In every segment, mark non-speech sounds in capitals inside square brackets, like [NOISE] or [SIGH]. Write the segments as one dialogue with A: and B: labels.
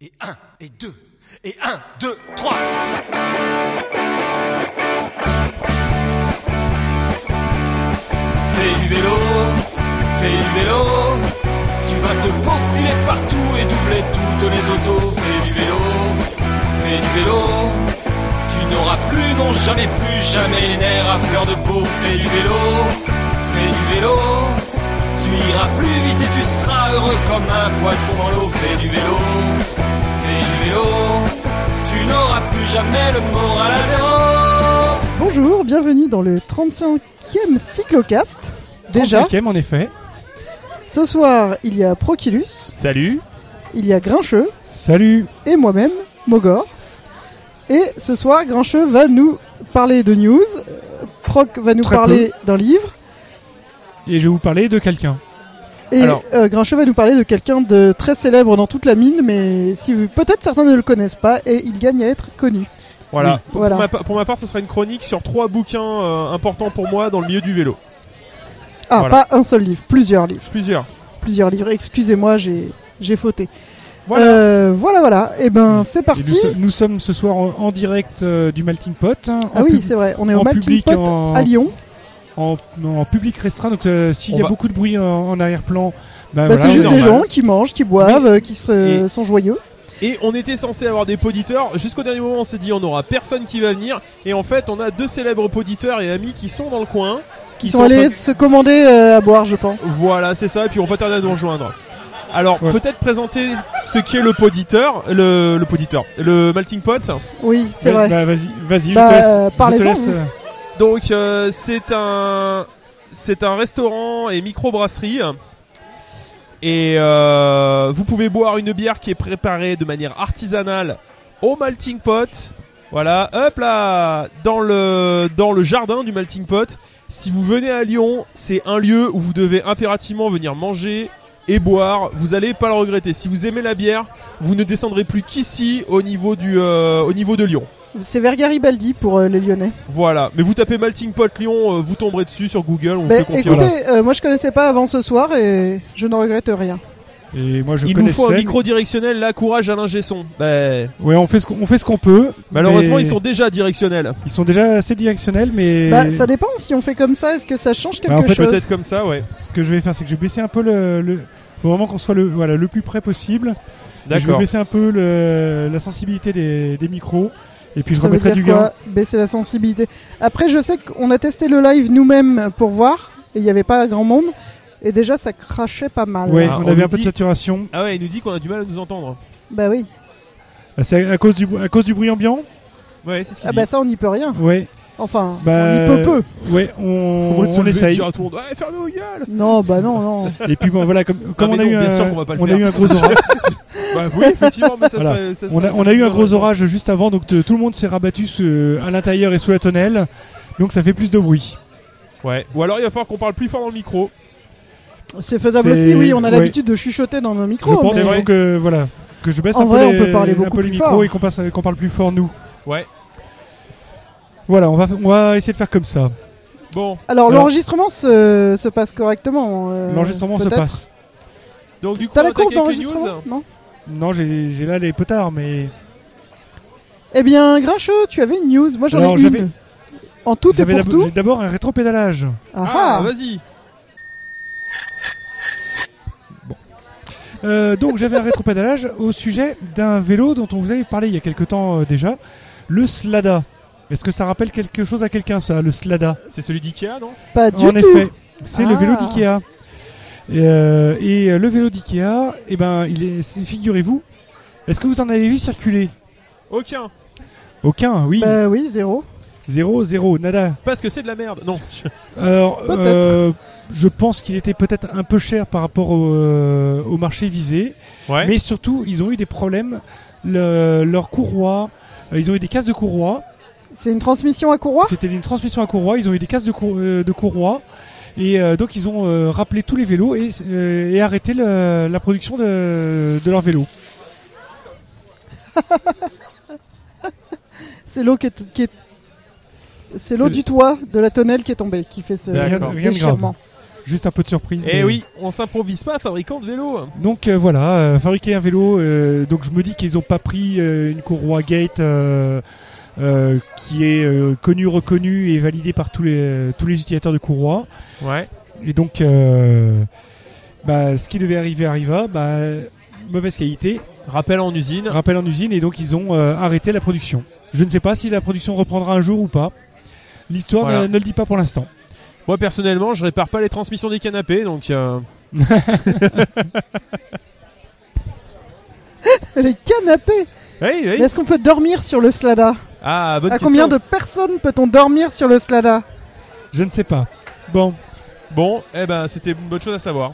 A: Et un, et deux, et un, deux, trois.
B: Fais du vélo, fais du vélo. Tu vas te faufiler partout et doubler toutes les autos. Fais du vélo, fais du vélo. Tu n'auras plus, non jamais plus, jamais les nerfs à fleur de peau. Fais du vélo, fais du vélo. Tu iras plus vite et tu seras heureux comme un poisson dans l'eau. Fais du vélo, fais du vélo. Tu n'auras plus jamais le moral à zéro.
C: Bonjour, bienvenue dans le 35e cyclocast. Déjà,
D: 35e, en effet.
C: ce soir, il y a Prokilus,
D: Salut.
C: il y a Grincheux
D: Salut.
C: et moi-même, Mogor. Et ce soir, Grincheux va nous parler de news, euh, Proc va nous
D: Très
C: parler d'un livre
D: Et je vais vous parler de quelqu'un.
C: et
D: Alors-
C: euh, Grincheux va nous parler de quelqu'un de très célèbre dans toute la mine, mais si peut-être certains ne le connaissent pas et il gagne à être connu.
E: Voilà.
C: Oui.
E: Pour- Pour,
C: Voilà.
E: ma, pa- pour ma part, ce sera une chronique sur trois bouquins euh, importants pour moi dans le milieu du vélo.
C: Ah,
E: Voilà.
C: pas un seul livre, plusieurs livres.
E: Plusieurs.
C: Plusieurs livres, excusez-moi, j'ai j'ai fauté.
E: Voilà. Mmh.
C: Euh, voilà, voilà. Et ben, c'est
D: Et
C: parti.
D: nous, so- nous sommes ce soir en, en direct euh, du Malting Pot. hein,
C: Ah
D: en
C: oui,
D: pub-
C: c'est vrai, on est au
D: en
C: Malking
D: public,
C: Pot
D: en- Ah,
C: à Lyon.
D: en, non, en public restreint. Donc euh, s'il
E: On
D: y a
E: va-
D: beaucoup de bruit en, en arrière-plan, bah,
C: Bah,
D: voilà,
C: c'est juste
D: normal.
C: des gens qui mangent, qui boivent, euh, qui se-
E: et-
C: sont joyeux.
E: Et on était censé avoir des poditeurs. Jusqu'au dernier moment, on s'est dit on aura personne qui va venir. Et en fait, on a deux célèbres poditeurs et amis qui sont dans le coin.
C: Qui
E: Ils
C: sont,
E: sont
C: allés
E: en train de-
C: se commander euh, à boire, je pense.
E: Voilà, c'est ça. Et puis on va tarder à nous rejoindre. Alors,
D: Ouais.
E: peut-être présenter ce qu'est le poditeur, le, le poditeur, le malting pot.
C: Oui, c'est
D: Bah,
C: vrai.
D: bah, vas-y, vas-y.
C: Bah,
D: je te laisse-
C: euh,
D: je te
C: parlez-en,
D: laisse,
C: vous.
D: euh,
E: Donc euh, c'est un c'est un restaurant et microbrasserie. Et euh, vous pouvez boire une bière qui est préparée de manière artisanale au malting pot. Voilà, hop là, dans le dans le jardin du malting pot. Si vous venez à Lyon, c'est un lieu où vous devez impérativement venir manger et boire. Vous allez pas le regretter. Si vous aimez la bière, vous ne descendrez plus qu'ici au niveau du euh, au niveau de Lyon.
C: C'est vers Garibaldi pour euh, les Lyonnais.
E: Voilà, mais vous tapez Melting Pot Lyon, euh, vous tomberez dessus sur Google, on vous
C: Bah,
E: fait confiance.
C: écoutez, euh, moi je connaissais pas avant ce soir et je ne regrette rien.
D: Et moi, je
E: Il nous
D: connaissais.
E: faut un micro directionnel, là, courage Alain Gesson. Ben,
D: Ouais, on fait ce qu'on on fait ce qu'on peut.
E: malheureusement,
D: mais
E: ils sont déjà directionnels.
D: ils sont déjà assez directionnels, mais
C: Bah, ça dépend si on fait comme ça, est-ce que ça change quelque
D: Bah, en fait,
C: chose
E: Peut-être comme ça, ouais.
D: ce que je vais faire, c'est que je vais baisser un peu le. le... Faut vraiment qu'on soit le voilà le plus près possible. Je vais
E: D'accord.
D: baisser un peu le- la sensibilité des, des micros. Et puis je
C: Ça veut
D: remettrai
C: dire
D: du
C: quoi
D: gain.
C: Baisser la sensibilité. Après, je sais qu'on a testé le live nous-mêmes pour voir et il n'y avait pas grand monde et déjà ça crachait pas mal.
D: Ouais,
E: Ah,
D: on,
E: on
D: avait
E: nous
D: un peu de
E: dit-
D: saturation.
E: Ah ouais, il nous dit qu'on a du mal à nous entendre.
C: Bah oui.
D: Ah, C'est à cause du brou- à cause du bruit ambiant.
E: Ouais, c'est ce qu'il
C: Ah bah ça on n'y peut rien.
D: Ouais.
C: Enfin,
D: Bah,
C: on y peut peu.
D: Ouais,
E: dit.
D: on,
E: Au moins de
D: on
E: se lever et de
D: essaye.
E: dire à tout le monde, Ouais, fermez vos gueules
C: Non, bah non, non.
D: Et puis bon, voilà, comme, comme
E: Ah, mais
D: on a
E: non,
D: eu
E: bien
D: un,
E: sûr qu'on va pas le
D: on a
E: faire.
D: eu un gros
E: [LAUGHS]
D: orage.
E: Bah oui, effectivement, mais ça,
D: Voilà.
E: serait- ça
D: on a,
E: serait-
D: on a eu un gros orage juste avant, donc t- tout le monde s'est rabattu ce- à l'intérieur et sous la tonnelle. Donc ça fait plus de bruit.
E: Ouais, ou alors il va falloir qu'on parle plus fort dans le micro.
C: C'est faisable
D: C'est-
C: aussi, oui, on a
D: ouais.
C: l'habitude de chuchoter dans nos micros.
D: je pense
C: mais-
D: qu'il faut que voilà que je baisse
C: En
D: un
C: vrai,
D: peu les,
C: on peut parler
D: un
C: beaucoup
D: peu les
C: plus
D: micros
C: fort.
D: et qu'on passe qu'on parle plus fort nous.
E: Ouais.
D: Voilà, on va on va essayer de faire comme ça.
E: Bon,
C: Alors,
D: Alors-
C: l'enregistrement se, se passe correctement. euh,
D: L'enregistrement se
C: peut-être.
D: passe.
E: donc du coup,
C: T'as
E: on
C: la
E: attaque
C: courbe
E: avec les news. hein.
C: d'enregistrement Non
D: Non, j'ai j'ai là les potards, mais
C: Eh bien, Grincheux, tu avais une news. Moi, j'en
D: Alors,
C: ai
D: j'avais-
C: une. En tout et
D: j'avais
C: pour
D: d'ab-
C: tout.
D: j'ai d'abord un rétropédalage.
C: Ah,
E: Ah,
C: ah.
E: vas-y.
D: Euh, donc j'avais un rétropédalage au sujet d'un vélo dont on vous avait parlé il y a quelque temps euh, déjà, le Slada. Est-ce que ça rappelle quelque chose à quelqu'un ça, le Slada
E: C'est celui d'Ikea, non
C: pas du
D: En
C: tout.
D: effet, c'est
C: Ah.
D: le vélo d'Ikea. Et, euh, et, euh, le vélo d'Ikea, eh ben, il est, c'est- figurez-vous, est-ce que vous en avez vu circuler
E: Aucun.
D: Aucun, oui.
C: Bah oui, zéro.
D: Zéro, zéro, nada.
E: Parce que c'est de la merde. Non.
D: Alors,
C: Peut-être.
D: euh, je pense qu'il était peut-être un peu cher par rapport au, euh, au marché visé.
E: Ouais.
D: Mais surtout, ils ont eu des problèmes. Le, leur courroie, euh, ils ont eu des casses de courroie.
C: C'est une transmission à courroie
D: C'était une transmission à courroie. Ils ont eu des casses de, cour- euh, de courroie. Et euh, donc, ils ont euh, rappelé tous les vélos et, euh, et arrêté le- la production de, de leurs vélos.
C: C'est l'eau qui est. qui est- C'est l'eau
D: C'est-
C: du toit de la tonnelle qui est tombée qui fait ce
D: Bah, rien- rien de grave.
C: déchirement.
D: Juste un peu de surprise.
E: Eh
D: mais-
E: oui, on s'improvise pas fabricant de vélo.
D: Donc euh, voilà, euh, fabriquer un vélo. euh, donc je me dis qu'ils ont pas pris euh, une courroie gate euh, euh, qui est euh, connue, reconnue et validée par tous les euh, tous les utilisateurs de courroie.
E: Ouais.
D: Et donc, euh, bah, ce qui devait arriver arriva. Bah, mauvaise qualité.
E: Rappel en usine.
D: Rappel en usine et donc ils ont euh, arrêté la production. Je ne sais pas si la production reprendra un jour ou pas. L'histoire
E: Voilà.
D: ne, ne le dit pas pour l'instant.
E: Moi personnellement, je répare pas les transmissions des canapés, donc euh,
C: Les canapés
E: oui, oui.
C: Mais est-ce qu'on peut dormir sur le slada
E: Ah, bonne
C: À combien
E: question.
C: de personnes peut-on dormir sur le slada
D: Je ne sais pas. Bon,
E: Bon, eh ben, c'était une bonne chose à savoir.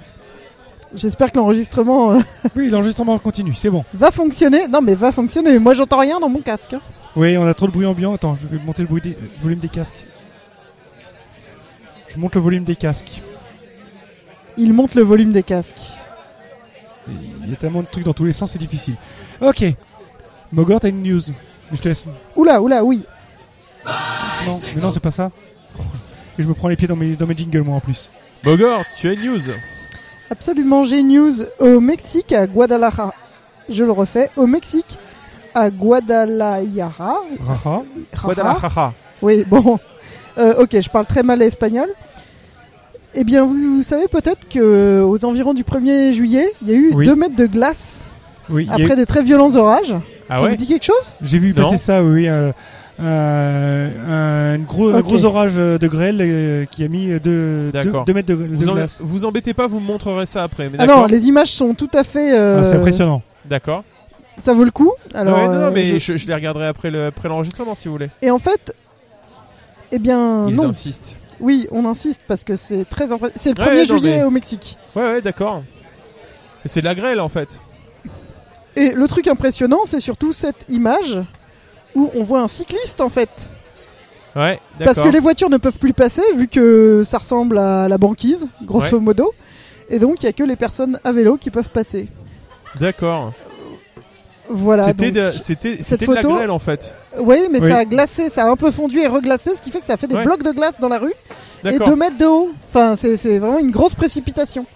C: J'espère que l'enregistrement euh, [LAUGHS]
D: oui, l'enregistrement continue, c'est bon.
C: va fonctionner. Non, mais va fonctionner. Moi, j'entends rien dans mon casque. hein.
D: Oui, on a trop de bruit ambiant. Attends, je vais monter le bruit des- le volume des casques. Je monte le volume des casques.
C: Il monte le volume des casques.
D: Il y a tellement de trucs dans tous les sens, c'est difficile. Ok. Mogor, t'as une news. Je te laisse.
C: Oula, oula, oui.
D: Non, mais non, c'est pas ça. Et je me prends les pieds dans mes, dans mes jingles, moi, en plus.
E: Bogor, tu as une news.
C: Ah, Absolument G-News au Mexique, à Guadalajara. Je le refais. Au Mexique, à Guadalajara.
D: Raha.
C: ah.
E: Guadalajara.
C: Oui, bon. Euh, ok, je parle très mal espagnol. Eh bien, vous, vous savez peut-être que euh, aux environs du 1er juillet, il y a eu
D: Oui.
C: 2 mètres de glace
D: Oui, il y a eu-
C: après des très violents orages.
E: Ah
C: ça
E: ouais
C: vous dit quelque chose
D: j'ai vu
E: Non.
D: passer ça, oui. euh, euh, un, gros, un
C: Ok.
D: gros orage euh, de grêle euh, qui a mis 2 deux,
E: D'accord.
D: deux- deux mètres de, de
E: Vous, en-
D: glace.
E: vous embêtez pas, vous me montrerez ça après. Mais
C: Alors,
E: d'accord.
C: les images sont tout à fait. euh,
D: Ah, c'est impressionnant.
E: D'accord.
C: Ça vaut le coup. Alors,
E: Ouais, non,
C: euh,
E: mais
C: je-
E: je... je les regarderai après le après l'enregistrement si vous voulez.
C: Et en fait, eh bien,
E: Ils
C: non.
E: insistent.
C: Oui, on insiste parce que c'est très impré- C'est le
E: Ouais,
C: 1er
E: non,
C: juillet
E: mais-
C: au Mexique.
E: Ouais, ouais, d'accord. Mais C'est de la grêle en fait.
C: Et le truc impressionnant, c'est surtout cette image où on voit un cycliste en fait.
E: Ouais, d'accord.
C: Parce que les voitures ne peuvent plus passer vu que ça ressemble à la banquise, grosso modo. Et donc, il n'y a que les personnes à vélo qui peuvent passer.
E: D'accord.
C: Voilà.
E: c'était
C: donc-
E: de, c'était,
C: cette
E: c'était de la
C: photo-
E: grêle en fait.
C: Oui, mais
D: Oui.
C: ça a glacé, ça a un peu fondu et reglacé, ce qui fait que ça fait des
E: Ouais.
C: blocs de glace dans la rue et
E: D'accord.
C: 2 mètres de haut. Enfin, c'est c'est vraiment une grosse précipitation.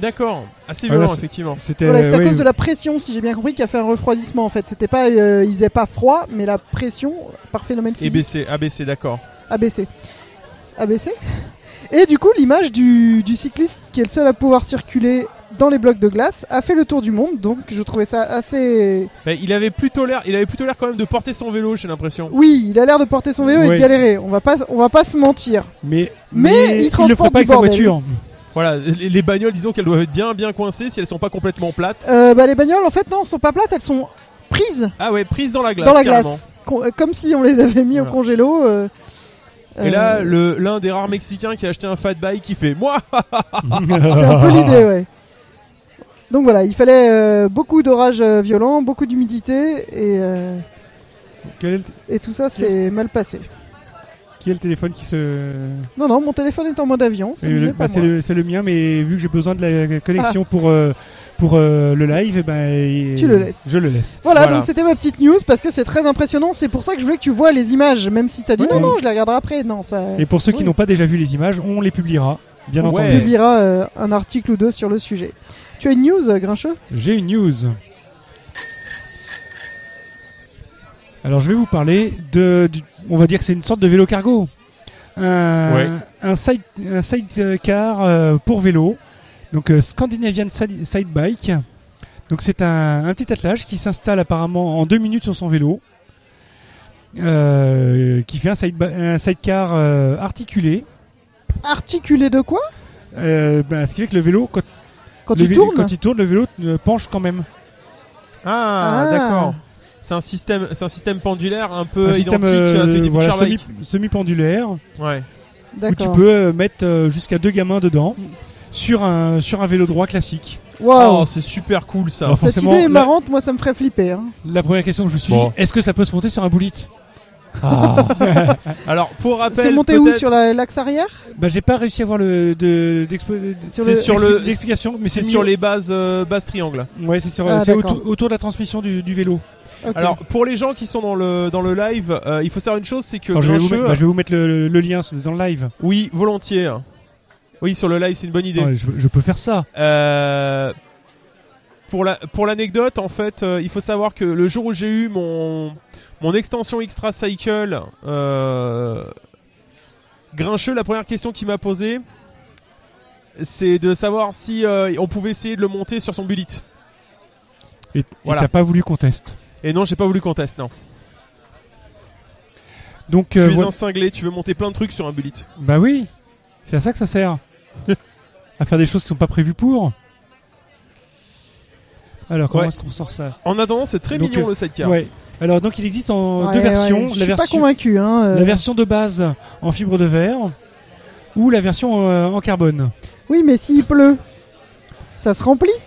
E: D'accord. Assez
D: Ah, là,
E: violent
D: c'est-
E: effectivement.
D: C'était euh,
C: voilà, c'est à
D: oui,
C: cause de la pression, si j'ai bien compris, qui a fait un refroidissement en fait. C'était pas, euh, ils faisaient pas froid, mais la pression par phénomène
E: Et
C: physique
E: baissé, abaissé, d'accord.
C: ABC. ABC [LAUGHS] Et du coup, l'image du, du cycliste qui est le seul à pouvoir circuler dans les blocs de glace a fait le tour du monde, donc je trouvais ça assez...
E: Mais il avait plutôt l'air, il avait plutôt l'air quand même de porter son vélo, j'ai l'impression.
C: Oui, il a l'air de porter son vélo et
D: Ouais.
C: de galérer, on va pas, on va pas se mentir.
D: Mais,
C: Mais il
D: il le
C: transporte
D: ferait
C: du
D: pas avec sa
C: bordel.
D: voiture.
E: Voilà, les, les bagnoles, disons qu'elles doivent être bien, bien coincées si elles sont pas complètement plates.
C: Euh, bah, les bagnoles, en fait, non, sont pas plates, elles sont prises
E: Ah ouais, prises dans la glace.
C: dans la
E: carrément.
C: glace. Con- euh, Comme si on les avait mis
E: Voilà.
C: au congélo. euh,
E: Et là,
C: euh,
E: le, l'un des rares Mexicains qui a acheté un fat bike qui fait moi.
C: Ah, C'est [LAUGHS]
D: [LAUGHS]
C: un peu l'idée, ouais. Donc voilà, il fallait euh, beaucoup d'orages euh, violents, beaucoup d'humidité, et, euh,
D: Quel est, le t-
C: et tout ça s'est mal passé.
D: qui est le téléphone qui se...
C: Non, non, mon téléphone est en mode avion. C'est
D: Et le-
C: mieux,
D: bah,
C: pas
D: c'est
C: moi. Ah.
D: le, c'est le mien, mais vu que j'ai besoin de la connexion pour, euh, pour euh, le live, eh ben, et-
C: Tu le laisses.
D: Je le laisse.
C: Voilà,
E: Voilà.
C: donc c'était ma petite news parce que c'est très impressionnant. C'est pour ça que je voulais que tu vois les images, même si t'as dit
D: Oui.
C: non, non, je les regarderai après. Non, ça.
D: Et pour ceux qui
C: Oui.
D: n'ont pas déjà vu les images, on les publiera, bien
E: Ouais.
C: On
D: entendu.
C: publiera euh, un article ou deux sur le sujet. Tu as une news, euh, Grincheux
D: J'ai une news. Alors je vais vous parler de, du- on va dire que c'est une sorte de vélo cargo, un,
E: Ouais.
D: un side, un sidecar euh, pour vélo, donc euh, Scandinavian Side Side Bike. Donc c'est un, un petit attelage qui s'installe apparemment en deux minutes sur son vélo, euh, qui fait un, side, un sidecar euh, articulé,
C: Articulé de quoi
D: Euh, ben, ce qui fait que le vélo quand,
C: Quand
D: le
C: tu
D: vé-
C: tournes
D: quand il tourne, le vélo euh, penche quand même.
E: Ah,
C: Ah.
E: d'accord. C'est un système, c'est un système pendulaire un
D: un
E: peu identique
D: système
E: à
D: euh,
E: celui des
D: voilà,
E: Butcher
D: semi,
E: Bike.
D: semi-pendulaire
E: Ouais.
D: où tu
C: D'accord. Mm.
D: peux euh, mettre euh, jusqu'à deux gamins dedans sur un, sur un vélo droit classique.
C: Waouh.
E: Oh, c'est super cool ça.
D: Alors,
C: Cette
D: forcément,
C: idée est
D: là-
C: marrante, moi ça me ferait flipper. hein.
D: La première question que je me suis
E: Bon. Ah.
D: dit, est-ce que ça peut se monter sur un bullet
E: Alors, pour rappel,
C: C'est monté où
E: peut-être-
C: Sur la- l'axe arrière
D: [LAUGHS] Bah j'ai pas réussi à voir le de d'expo- de-
C: Sur
D: c'est
C: le-
D: sur
E: expli-
D: le l'explication mais
E: c'est sur les bases, euh, bases triangles.
D: ouais c'est sur
C: Ah,
D: c'est
C: d'accord.
D: autour, autour de la transmission du, du vélo.
C: Ok.
E: Alors, pour les gens qui sont dans le dans le live, euh, il faut savoir une chose, c'est que
D: Attends, je, vais vous
E: Grincheux-
D: mettre, bah, je vais vous mettre le, le lien sur- dans le live.
E: oui, volontiers. hein. Oui, sur le live, c'est une bonne idée.
D: Ouais, je, je peux faire ça.
E: Euh, pour la pour l'anecdote, en fait, euh, il faut savoir que le jour où j'ai eu mon mon extension Extra Cycle, euh, Grincheux, la première question qu'il m'a posée, c'est de savoir si euh, on pouvait essayer de le monter sur son bullet.
D: Et et
E: Voilà.
D: t'as pas voulu qu'on teste.
E: Et non, j'ai pas voulu qu'on teste, non.
D: Donc,
E: Tu
D: euh,
E: es
D: voilà.
E: un cinglé, tu veux monter plein de trucs sur un bullet.
D: bah oui, c'est à ça que ça sert. [LAUGHS] à faire des choses qui sont pas prévues pour. Alors, comment
E: Ouais.
D: est-ce qu'on sort ça
E: En attendant, c'est très
D: Donc,
E: mignon
D: euh,
E: le sidecar.
D: Ouais. Alors, donc, il existe en
C: Ouais,
D: deux
C: ouais,
D: versions.
C: Je
D: la
C: suis pas
D: version,
C: convaincu. Hein, euh.
D: la version de base en fibre de verre ou la version euh, en carbone.
C: Oui, mais s'il pleut, ça se remplit.
E: Ah,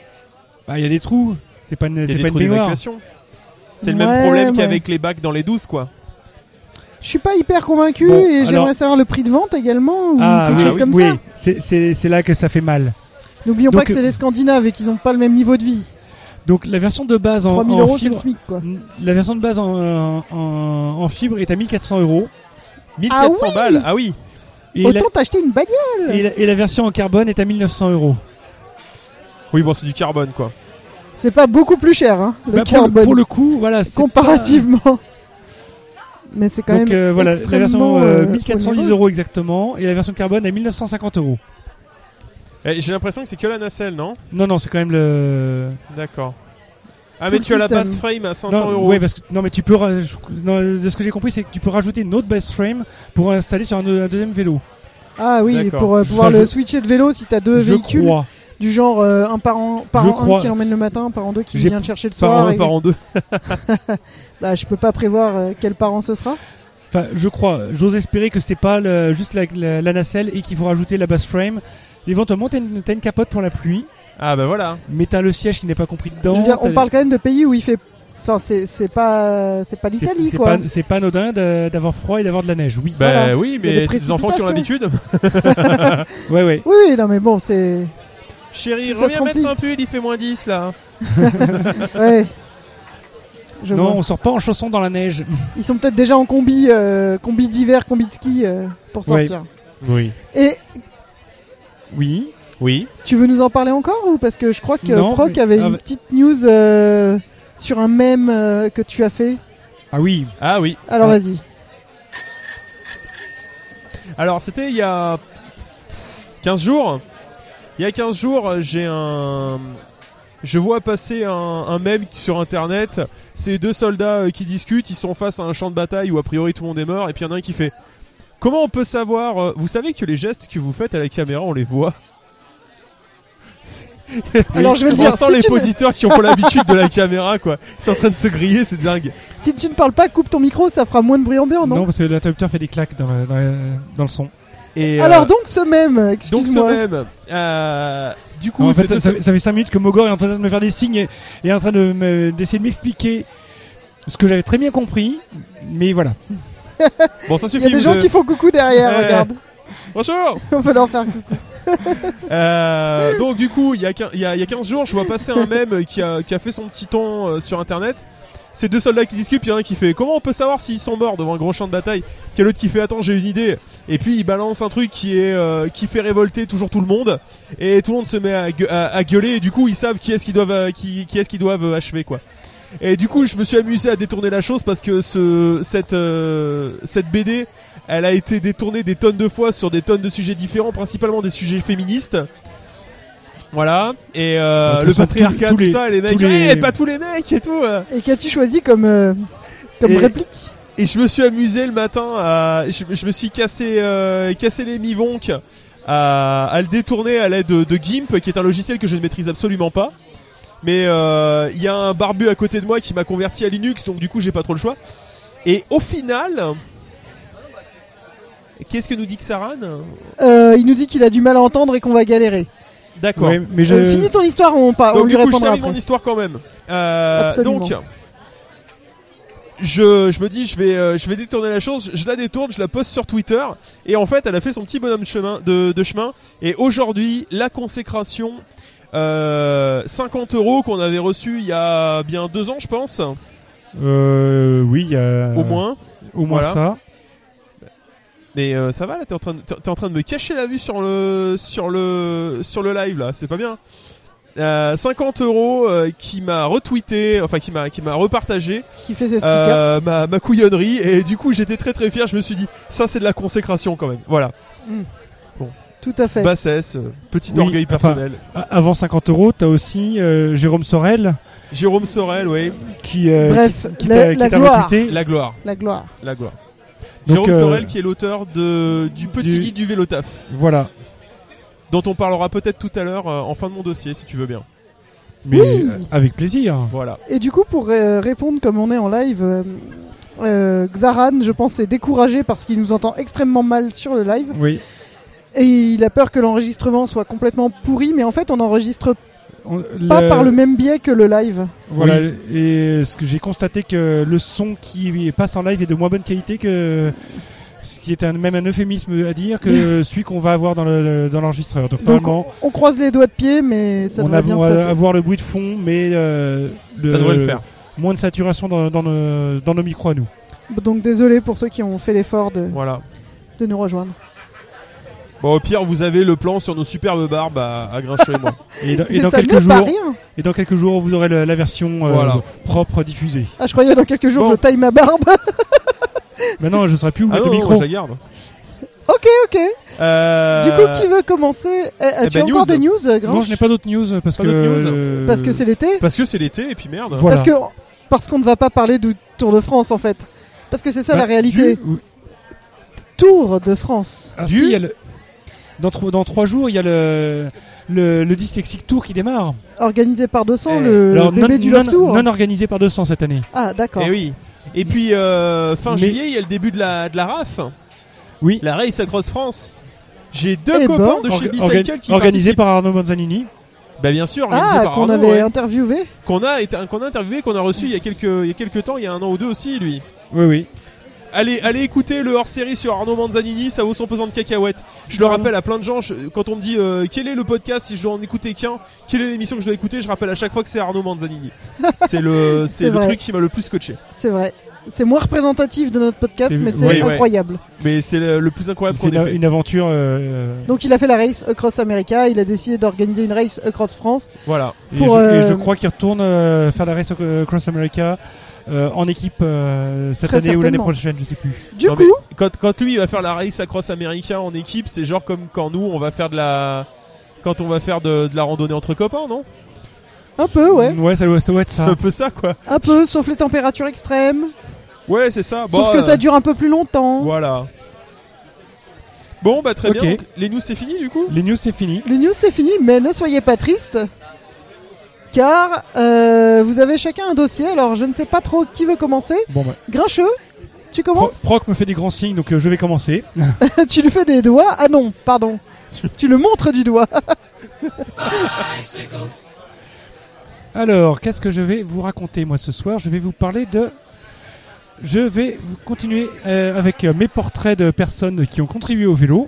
D: Bah, il y a des trous. C'est pas une,
E: Il y a
D: c'est
E: des
D: pas une
E: trous
D: baignoire.
E: d'évacuation. C'est le même
C: Ouais,
E: problème
C: ouais.
E: qu'avec les bacs dans les douces, quoi.
C: Je suis pas hyper convaincu
D: Bon,
C: et
D: alors-
C: j'aimerais savoir le prix de vente également ou
D: Ah,
C: quelque
D: oui,
C: chose
D: oui,
C: comme
D: oui.
C: ça.
D: C'est- C'est c'est là que ça fait mal.
C: N'oublions
D: Donc, euh,
C: pas que c'est les Scandinaves et qu'ils ont pas le même niveau de vie.
D: Donc la version de base en,
C: 3000
D: en
C: euros, c'est le
D: fibre,
C: SMIC quoi.
D: la version de base en, en- en fibre est à 1400 euros.
E: 1400
C: Ah oui
E: balles, ah oui.
D: Et la,
C: Autant t'acheter une baguette.
D: et la- et la version en carbone est à 1900 euros.
E: Oui, bon, c'est du carbone, quoi.
C: C'est pas beaucoup plus cher, hein, le
D: Bah, pour, le-
C: carbone,
D: pour le coup, voilà, c'est
C: comparativement. Mais c'est quand
D: Donc
C: même.
D: euh, voilà, la version
C: extrêmement,
D: euh,
C: euh,
D: 1410
C: onéreux.
D: euros exactement, et la version carbone à 1950 euros.
E: Eh, J'ai l'impression que c'est que la nacelle, non
D: Non, non, c'est quand même le.
E: D'accord. Ah,
C: Tout
E: mais
C: le
E: tu as la
C: système. bah,
E: base frame à 500
D: non,
E: euros.
D: ouais, parce que non, mais tu peux. raj- non, de ce que j'ai compris, c'est que tu peux rajouter une autre base frame pour installer sur un, un deuxième vélo.
C: Ah oui,
E: D'accord.
C: pour euh,
D: Je-
C: pouvoir
D: enfin,
C: le
D: je-
C: switcher de vélo si t'as deux
D: je
C: véhicules
D: crois.
C: du genre euh, un par an, par
D: Je
C: an,
D: crois.
C: un qui l'emmène le matin, un par an deux qui
D: J'ai
C: vient le chercher le
E: Par
C: soir.
E: en un,
C: et-
E: par en deux.
C: Bah, je peux pas prévoir euh, quel parent ce sera.
D: Enfin, je crois. J'ose espérer que c'était pas le- juste la, la- la nacelle et qu'il faut rajouter la base frame. Éventuellement, t'as une, t'as une capote pour la pluie,
E: Ah, bah voilà.
D: mais t'as le siège qui n'est pas compris dedans.
C: Je veux dire,
D: t'as-
C: on parle quand même de pays où il fait. Enfin, c'est c'est pas c'est pas
D: c'est-
C: l'Italie
D: c'est
C: quoi.
D: pas- C'est pas anodin de- d'avoir froid et d'avoir de la neige. Oui.
E: Bah
C: Voilà.
E: oui,
C: Il y a
E: mais
C: des
E: c'est des enfants qui ont l'habitude.
D: Ouais, ouais.
C: Oui, oui, non mais bon, c'est
E: Chérie,
C: Si ça
E: reviens
C: se
E: mettre
C: remplit.
E: un pull, il fait moins 10 là.
C: ouais.
D: [LAUGHS]
C: Je
D: non,
C: vois.
D: on sort pas en chaussons dans la neige.
C: Ils sont peut-être déjà en combi euh, combi d'hiver, combi de ski euh, pour
D: Ouais.
C: sortir.
E: Oui.
C: Et
D: Oui.
E: Oui.
C: tu veux nous en parler encore ou parce que je crois que
D: Non,
C: Proc
D: mais-
C: avait
D: ah,
C: une
D: bah-
C: petite news euh, sur un mème euh, que tu as fait.
D: Ah oui.
E: Ah oui.
C: Alors
D: Ouais.
C: vas-y.
E: Alors, c'était il y a 15 jours. Il y a 15 jours, euh, j'ai un. Je vois passer un, un meme sur internet. C'est deux soldats euh, qui discutent, ils sont face à un champ de bataille où a priori tout le monde est mort, et puis il y en a un qui fait Comment on peut savoir euh, Vous savez que les gestes que vous faites à la caméra, on les voit
C: [LAUGHS] Alors, je vais le
E: On
C: dire,
E: sent
C: si
E: les
C: tu ne-
E: auditeurs qui
C: [LAUGHS]
E: ont pas l'habitude de la caméra, quoi. Ils sont en train de se griller, c'est dingue.
C: Si tu ne parles pas, coupe ton micro, ça fera moins de bruit ambiant, Oh, non,
D: parce que l'interrupteur fait des claques dans, la- dans la- dans le son.
E: Et, euh,
C: Alors donc ce mème,
E: donc ce
C: excuse-moi.
E: meme, euh, du coup,
D: en
E: c'est
D: fait, ça,
E: deux-
D: ça- ça fait 5 minutes que Mogor est en train de me faire des signes et, et est en train de me- d'essayer de m'expliquer ce que j'avais très bien compris, mais voilà.
E: bon, ça
C: Il
E: suffit.
C: y a des
E: vous
C: gens
E: deux.
C: qui font coucou derrière,
E: Ouais.
C: regarde.
E: Bonjour.
C: On peut leur faire coucou.
E: Euh, donc du coup, il y, a quin- il y a il y a 15 jours, je vois passer un mème qui a, qui a fait son petit ton euh, sur internet. C'est deux soldats qui discutent, puis il y en a un qui fait comment on peut savoir s'ils sont morts devant un grand champ de bataille Puis il y a l'autre qui fait attends j'ai une idée. Et puis il balance un truc qui est euh, qui fait révolter toujours tout le monde et tout le monde se met à, gue- à- à gueuler et du coup ils savent qui est-ce qu'ils doivent euh, qui, qui est-ce qu'ils doivent euh, achever quoi. Et du coup je me suis amusé à détourner la chose parce que ce cette euh, cette BD elle a été détournée des tonnes de fois sur des tonnes de sujets différents, principalement des sujets féministes. Voilà. Et
D: Bah,
E: euh,
D: De toute
E: le
D: façon,
E: patriarcat,
D: tous-
E: tout,
D: tous les-
E: ça, et les mecs,
D: tous les-
E: Eh, pas tous les mecs et tout. euh.
C: Et qu'as-tu choisi comme, euh, comme
E: Et-
C: réplique
E: Et je me suis amusé le matin à, je, je me suis cassé, euh, cassé les mivonques à, à le détourner à l'aide de, de Gimp, qui est un logiciel que je ne maîtrise absolument pas. Mais euh, il y a un barbu à côté de moi qui m'a converti à Linux, donc du coup j'ai pas trop le choix. Et au final, qu'est-ce que nous dit Xaran
C: Euh, Il nous dit qu'il a du mal à entendre et qu'on va galérer.
E: D'accord.
D: Ouais, mais je...
C: Euh, finis ton histoire, on, pas, on
E: Donc
C: lui
E: du coup, je
C: répondra
E: termine
C: après.
E: mon histoire quand même. Euh,
C: Absolument.
E: donc, je, je me dis, je vais, euh, je vais détourner la chose. Je la détourne, je la poste sur Twitter. Et en fait, elle a fait son petit bonhomme de chemin, de, de chemin. Et aujourd'hui, la consécration, euh, 50 euros qu'on avait reçu il y a bien deux ans, je pense,
D: Euh, oui, il y a
E: au moins.
D: au moins
E: voilà.
D: ça.
E: Mais euh, ça va là, t'es en train de, t'es- t'es en train de me cacher la vue sur le sur le sur le live là, c'est pas bien. Euh, 50 euros euh, qui m'a retweeté, enfin qui m'a qui m'a repartagé
C: Qui fait ses stickers.
E: euh, ma ma couillonnerie et du coup j'étais très très fier. Je me suis dit ça c'est de la consécration quand même. Voilà,
C: Tout à fait.
E: bassesse, euh, petit
D: Oui,
E: orgueil
D: enfin-
E: personnel.
D: A- Avant 50 euros, t'as aussi euh, Jérôme Sorel
E: Jérôme Sorel, oui,
D: qui, euh,
C: Bref,
D: qui, qui
C: la,
D: t'a-
C: la
D: qui t'a
C: gloire.
D: recruté.
E: la gloire,
C: La gloire.
E: la gloire.
D: Donc,
E: Jérôme
D: euh,
E: Sorel qui est l'auteur de du petit
D: du-
E: guide du vélo taf,
D: Voilà.
E: dont on parlera peut-être tout à l'heure euh, en fin de mon dossier si tu veux bien.
D: Mais
C: Oui.
D: euh, avec plaisir.
E: Voilà.
C: Et du coup, pour euh, répondre, comme on est en live, euh, euh, Xaran, je pense, est découragé parce qu'il nous entend extrêmement mal sur le live.
D: Oui.
C: Et il a peur que l'enregistrement soit complètement pourri, mais en fait, on n'enregistre
D: On-
C: pas par le même biais que le live.
D: Voilà. Et ce que j'ai constaté que le son qui passe en live est de moins bonne qualité que ce qui est un, même un euphémisme à
C: [LAUGHS]
D: dire que celui qu'on va avoir dans le- dans l'enregistreur. Donc,
C: Donc,
D: normalement,
C: on croise les doigts de pied, mais ça
D: on
C: devrait
D: a
C: bien
D: on
C: se
E: euh,
D: va
C: passer.
D: avoir le bruit de fond, mais euh, le-
E: Ça devrait le faire.
D: Moins de saturation dans, dans nos, dans nos micros à nous.
C: Donc, désolé pour ceux qui ont fait l'effort de,
E: Voilà.
C: de nous rejoindre.
E: Bon, au pire, vous avez le plan sur nos superbes barbes à, à Grincheux et moi.
D: [LAUGHS] Et, dans- et
C: Mais
D: dans
C: ça
D: quelques
C: n'est pas
D: jours,
C: rien.
D: et dans quelques jours, vous aurez le- la version euh,
E: Voilà.
D: propre diffusée.
C: Ah, je croyais dans quelques jours,
E: Bon.
C: je taille ma barbe. [LAUGHS]
D: Maintenant, je ne saurais plus où
E: Ah
D: mettre
E: non,
D: le
E: non, moi,
D: micro.
E: je la garde.
C: ok, ok.
E: Euh,
C: Du coup, qui veut commencer Eh, As-tu
E: ben,
C: encore
E: news.
C: des news, euh, Grinch
D: non, je n'ai pas d'autres news euh, parce
E: Pas
D: que
E: d'autres news
D: euh,
C: Parce que c'est l'été
E: Parce que c'est l'été et puis merde.
D: Voilà.
C: Parce que parce qu'on ne va pas parler du Tour de France, en fait. Parce que c'est ça
D: bah,
C: la réalité.
D: du- ou-
C: Tour de France.
D: Ah, si, il y a le- dans, trois, dans trois jours, il y a le, le, le Dyslexic Tour qui démarre.
C: Organisé par 200,
E: Eh,
C: le
D: Alors,
C: bébé
D: non,
C: du
D: non-
C: Love Tour.
D: non Eh organisé par 200 cette année.
C: Ah, d'accord.
E: Et Eh oui. Et puis, euh, fin
D: Mais-
E: juillet, il y a le début de la, de la RAF.
D: Oui.
E: La Race Across France. J'ai deux
C: Eh
E: copains de
D: Orga-
E: chez
D: orga-
E: Bicycle qui
D: organisé par Arnaud Manzanini.
E: participent. Bah, bien sûr, organisé
C: Ah,
E: par
C: qu'on
E: Arnaud,
C: avait
E: ouais.
C: interviewé.
E: Qu'on a, été- qu'on a interviewé, qu'on a reçu il y a, quelques, il y a quelques temps, il y a un an ou deux aussi, lui.
D: Oui, oui.
E: Allez, allez écouter le hors-série sur Arnaud Manzanini, ça vaut son pesant de cacahuètes. Je le
C: Ah.
E: rappelle à plein de gens, je- quand on me dit euh, quel est le podcast, si je dois en écouter qu'un, quelle est l'émission que je dois écouter, je rappelle à chaque fois que c'est Arnaud
C: [LAUGHS]
E: Manzanini. c'est le,
C: C'est
E: c'est le
C: vrai.
E: truc qui m'a le plus scotché.
C: C'est vrai. C'est moins représentatif de notre podcast,
D: C'est-
C: mais c'est
E: oui, ouais.
C: incroyable.
E: Mais c'est le, le plus
C: Ah,
E: incroyable
D: C'est
E: qu'on ait
D: une,
E: fait.
D: une aventure. euh,
C: Donc, il a fait la race Across America. Il a décidé d'organiser une race Across France.
E: Voilà.
D: et,
C: pour,
D: je, et
C: euh,
D: je crois qu'il retourne euh, faire la race au- Cross America euh, en équipe euh, cette
C: Très
D: année ou l'année
C: certainement.
D: prochaine, je sais plus.
C: Du
E: Non,
C: coup,
E: mais quand, quand lui il va faire la race across américain en équipe, c'est genre comme quand nous on va faire de la. Quand on va faire de, de la randonnée entre copains, non
C: un peu, ouais.
D: Ouais, ça doit, ça doit être
E: Un
D: ça.
E: peu ça quoi.
C: Un peu, sauf les températures extrêmes.
E: Ouais, c'est ça.
D: Bah,
C: Sauf
E: Bon,
C: que
E: euh,
C: ça dure un peu plus longtemps.
E: Voilà. Bon, bah très
D: Ok.
E: bien. Donc, les news c'est fini du coup
D: Les news, c'est fini.
C: Le news c'est fini, mais ne soyez pas tristes. Car euh, vous avez chacun un dossier, alors je ne sais pas trop qui veut commencer.
D: Bon, bah,
C: Grincheux, tu
D: Pro-
C: commences
D: Proc me fait des grands signes, donc euh, je vais commencer.
C: [LAUGHS] Tu lui fais des doigts Ah non, pardon. tu le montres du doigt. [LAUGHS]
D: Alors, qu'est-ce que je vais vous raconter moi ce soir Je vais vous parler de. Je vais vous continuer euh, avec euh, mes portraits de personnes qui ont contribué au vélo.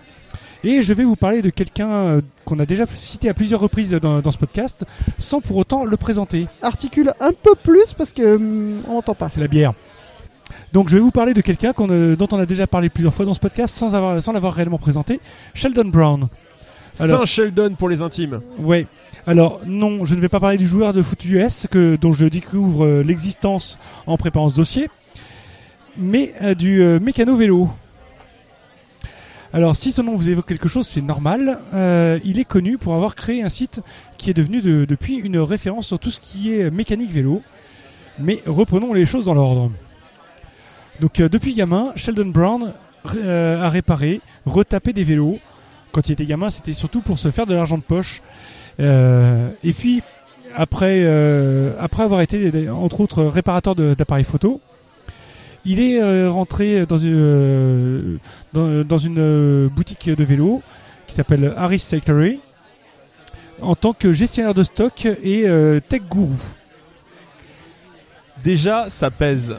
D: Et je vais vous parler de quelqu'un euh, qu'on a déjà cité à plusieurs reprises dans, dans ce podcast, sans pour autant le présenter.
C: Articule un peu plus parce que hum, on n'entend pas.
D: C'est la bière. Donc je vais vous parler de quelqu'un qu'on, euh, dont on a déjà parlé plusieurs fois dans ce podcast sans, avoir, sans l'avoir réellement présenté, Sheldon Brown. Alors-
E: Saint Sheldon pour les intimes.
D: Ouais. Alors non, je ne vais pas parler du joueur de foot US que, dont je découvre euh, l'existence en préparant ce dossier, mais euh, du mécano vélo. Alors si ce nom vous évoque quelque chose, c'est normal. Euh, il est connu pour avoir créé un site qui est devenu de- depuis une référence sur tout ce qui est euh, mécanique vélo. Mais reprenons les choses dans l'ordre. Donc euh, depuis gamin, Sheldon Brown ré- euh, a réparé, retapé des vélos. Quand il était gamin, c'était surtout pour se faire de l'argent de poche. Euh, et puis, après, euh, après avoir été, entre autres, réparateur de- d'appareils photo, il est euh, rentré dans une, euh, dans, dans une euh, boutique de vélo qui s'appelle Harris Cyclery en tant que gestionnaire de stock et euh, tech
C: [LAUGHS]
D: guru.
E: Déjà, ça pèse.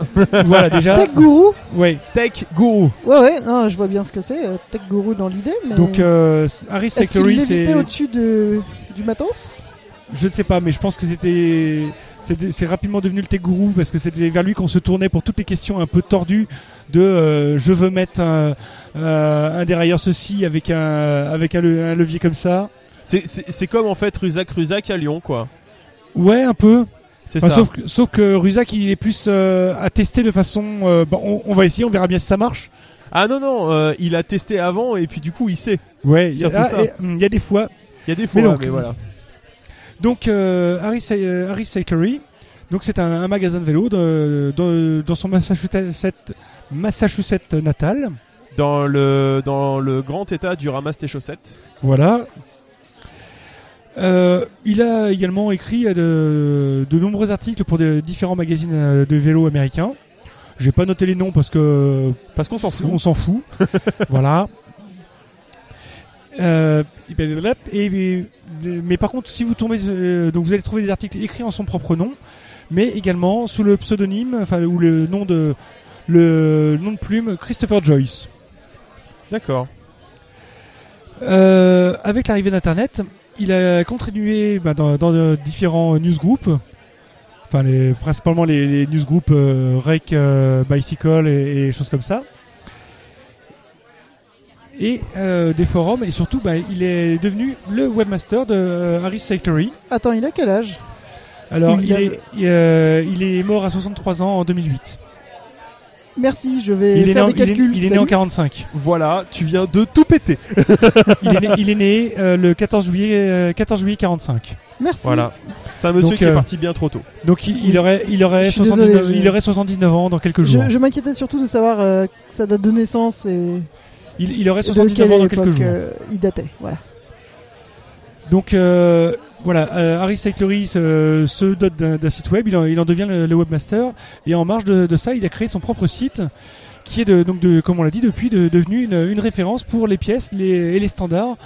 D: voilà, déjà.
C: Tech Guru
D: Ouais.
E: Tech Guru.
C: Ouais, ouais, non, je vois bien ce que c'est. euh, Tech Guru dans l'idée, mais.
D: Donc, euh, Harris
C: Bah est-ce qu'il
D: Cyclery, c'est.
C: lévitait au-dessus de, du matos
D: Je ne sais pas, mais je pense que c'était. C'est de- c'est rapidement devenu le tech guru parce que c'était vers lui qu'on se tournait pour toutes les questions un peu tordues de euh, je veux mettre un, euh, un dérailleur ceci avec un avec un, le- un levier comme ça.
E: C'est- C'est c'est comme en fait Ruzac Ruzac à Lyon, quoi.
D: Ouais, un peu.
E: C'est
D: Enfin,
E: ça.
D: Ah, sauf, que, sauf que Ruzac, il est plus euh, à tester de façon. euh, bon, on, on va essayer, on verra bien si ça marche.
E: Ah non, non, euh, il a testé avant et puis du coup il sait.
D: Ouais, il
E: il
D: y,
E: y a- ah, et-
D: a des fois.
E: Il y a des fois, hein,
D: Mais
E: mais,
D: donc,
E: voilà.
D: Donc, euh, Harry, Sa- euh, Harry Sacklery, donc c'est un, un magasin de vélo de- dans, dans son Massachusetts, Massachusetts natal.
E: Dans le, dans le grand état du ramasse tes chaussettes.
D: Voilà. Euh, il a également écrit euh, de, de nombreux articles pour des différents magazines euh, de vélo américains. J'ai pas noté les noms parce que
E: Parce qu'on s'en fout.
D: On s'en fout. [LAUGHS] voilà. Euh, et ben, là, et- et- mais par contre, si vous tombez, euh, donc vous allez trouver des articles écrits en son propre nom, mais également sous le pseudonyme, enfin ou le nom de le nom de plume Christopher Joyce.
E: D'accord.
D: Euh, avec l'arrivée d'Internet, il a continué bah, dans, dans, euh, différents newsgroups, enfin les, principalement les, les newsgroups euh, Rec, euh, Bicycle et, et choses comme ça, et euh, des forums, et surtout bah, il est devenu le webmaster de euh, Harris Sanctuary.
C: Attends, il a quel âge
D: Alors
C: Il
D: il,
C: a-
D: est, il, euh, il est mort à 63 ans en 2008.
C: Merci, je vais
D: Il est, né,
C: faire
D: en-
C: des
D: il est-
C: calculs.
D: il est né en
C: Salut.
D: 45.
E: Voilà, tu viens de tout péter.
D: il est né, il est né, euh, le 14 juillet, euh, 14 juillet 45.
C: Merci.
E: Voilà. C'est un monsieur
D: Donc,
E: qui
D: euh,
E: est parti bien trop tôt.
D: Donc il, il aurait, il aurait,
C: Je suis
D: 79,
C: désolé, je-
D: il aurait 79 ans dans quelques jours.
C: Je, je m'inquiétais surtout de savoir euh, sa date de naissance et
D: Il, il aurait
C: de
D: 79
C: quelle
D: ans dans
C: époque
D: quelques jours.
C: euh, il datait. Voilà.
D: Donc euh, voilà, euh, Harry Sacklery se, se dote d'un d'un site web, il en, il en devient le, le webmaster, et en marge de, de ça, il a créé son propre site, qui est de, donc de, comme on l'a dit depuis, de, devenu une, une référence pour les pièces les, et les standards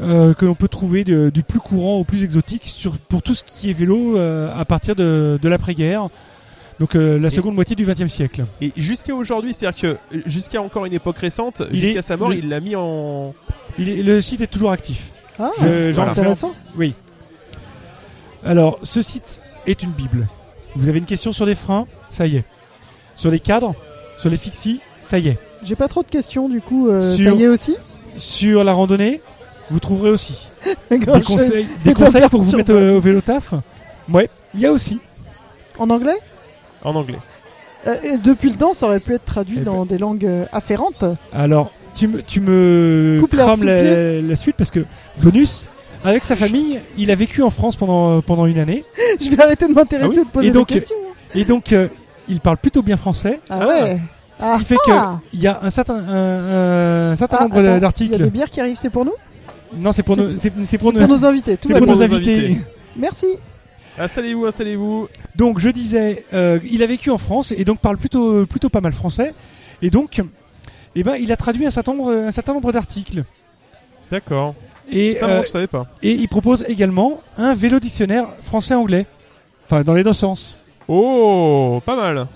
D: euh, que l'on peut trouver de- du plus courant au plus exotique sur, pour tout ce qui est vélo euh, à partir de, de l'après-guerre, donc euh, la seconde moitié du XXe siècle.
E: Et jusqu'à aujourd'hui, c'est-à-dire que euh, jusqu'à encore une époque récente,
D: Il
E: jusqu'à
D: est-
E: sa mort,
D: le-
E: il l'a mis en.
D: Il est- le site est toujours actif.
C: Ah,
D: Je-
C: c'est
D: j'en fais un-
C: intéressant.
D: Oui. Alors, ce site est une bible. Vous avez une question sur les freins, ça y est. Sur les cadres, sur les fixies, ça y est.
C: J'ai pas trop de questions du coup. euh,
D: Sur-
C: Ça y est aussi. [LAUGHS]
D: Sur la randonnée, vous trouverez aussi
C: Grand
D: des
C: chef.
D: conseils, des
C: Étant
D: conseils pour vous
C: perturbé.
D: mettre euh, au, au vélo taf. Ouais, il y a aussi.
C: En anglais
E: En anglais.
C: Euh, et Depuis le temps, ça aurait pu être traduit
D: Eh
C: dans des langues euh, afférentes. [LAUGHS]
D: Alors, tu me, tu me
C: Coupe l'herbe
D: crames
C: sous le
D: la, la suite parce que bonus. Avec sa famille, il a vécu en France pendant, pendant une année.
C: Je vais arrêter de m'intéresser
D: Ah oui
C: de poser
D: Et donc,
C: des questions.
D: Et donc, euh, il parle plutôt bien français.
C: Ah, ouais.
D: Ce qui fait
C: Ah.
D: qu'il y a un certain, un, un certain
C: Ah,
D: nombre
C: attends, Il y a
D: d'articles.
C: des bières qui arrivent, c'est pour nous
D: Non, c'est pour,
C: C'est-
D: nos- c'est- c'est
C: C'est
D: pour,
C: pour,
D: nos-
C: nos invités. Tout
D: c'est
C: va
D: pour
C: bien.
D: nos
E: nos
D: invités.
E: invités.
C: Merci.
E: Installez-vous, installez-vous.
D: Donc je disais, euh, il a vécu en France et donc parle plutôt plutôt pas mal français et donc eh ben il a traduit un certain nombre un certain nombre d'articles
E: D'accord.
D: et
E: Ça,
D: euh,
E: moi, je savais pas.
D: et il propose également un vélo dictionnaire français anglais. Enfin dans les deux sens.
E: Oh, pas mal.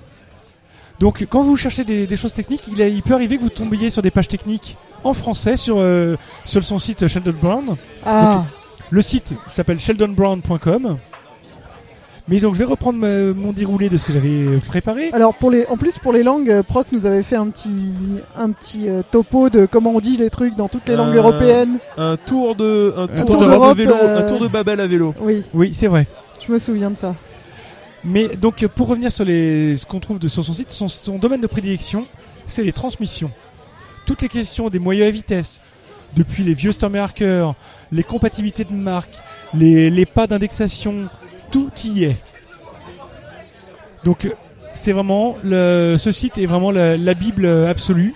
D: Donc quand vous cherchez des, des choses techniques, il, a- il peut arriver que vous tombiez sur des pages techniques en français sur euh, sur son site Sheldon Brown.
C: Ah,
D: Le site s'appelle sheldonbrown.com. Mais donc je vais reprendre ma- mon déroulé de ce que j'avais préparé.
C: alors pour les, en plus pour les langues, euh, Proc nous avait fait un petit, un petit euh, topo de comment on dit les trucs dans toutes les langues
E: Euh,
C: européennes.
E: Un tour de. Un tour,
D: tour
E: de-
C: d'Europe,
E: de vélo.
C: euh,
E: Un tour de Babel à vélo.
C: Oui,
D: Oui, c'est vrai.
C: je me souviens de ça.
D: Mais donc euh, pour revenir sur les, ce qu'on trouve de, sur son site, son, son domaine de prédilection, c'est les transmissions. Toutes les questions des moyens à vitesse, depuis les vieux Stormmarker, les compatibilités de marque, les, les pas d'indexation, tout y est. Donc euh, c'est vraiment le, ce site est vraiment la, la bible euh, absolue.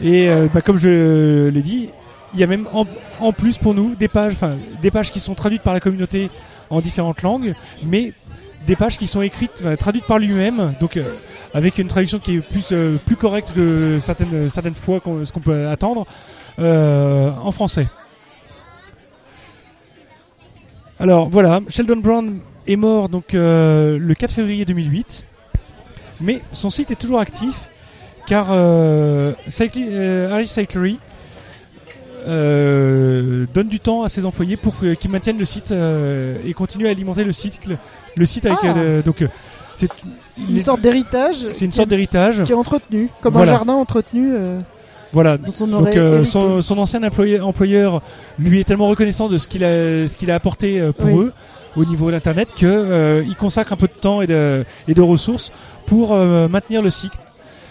D: Et euh, bah, comme je l'ai dit, il y a même en, en plus pour nous des pages, enfin des pages qui sont traduites par la communauté en différentes langues, mais des pages qui sont écrites, enfin, traduites par lui-même, donc euh, avec une traduction qui est plus, euh, plus correcte que certaines, certaines fois qu'on- ce qu'on peut attendre, euh, en français. Alors voilà, Sheldon Brown est mort donc euh, le 4 février 2008, mais son site est toujours actif car euh, Cycli- euh, Harry Cyclery euh, donne du temps à ses employés pour que- qu'ils maintiennent le site euh, et continuent à alimenter le site. Le site avec
C: Ah.
D: euh, donc euh, c'est
C: Une sorte d'héritage.
D: c'est une
C: qui
D: sorte
C: est-
D: d'héritage.
C: qui est entretenu, comme
D: Voilà.
C: un jardin entretenu euh,
D: Voilà.
C: dont on aurait
D: Donc euh,
C: hérité.
D: son, son ancien employé- employeur lui est tellement reconnaissant de ce qu'il a ce qu'il a apporté euh, pour
C: Oui.
D: eux au niveau de l'internet que euh, il consacre un peu de temps et de et de ressources pour euh, maintenir le site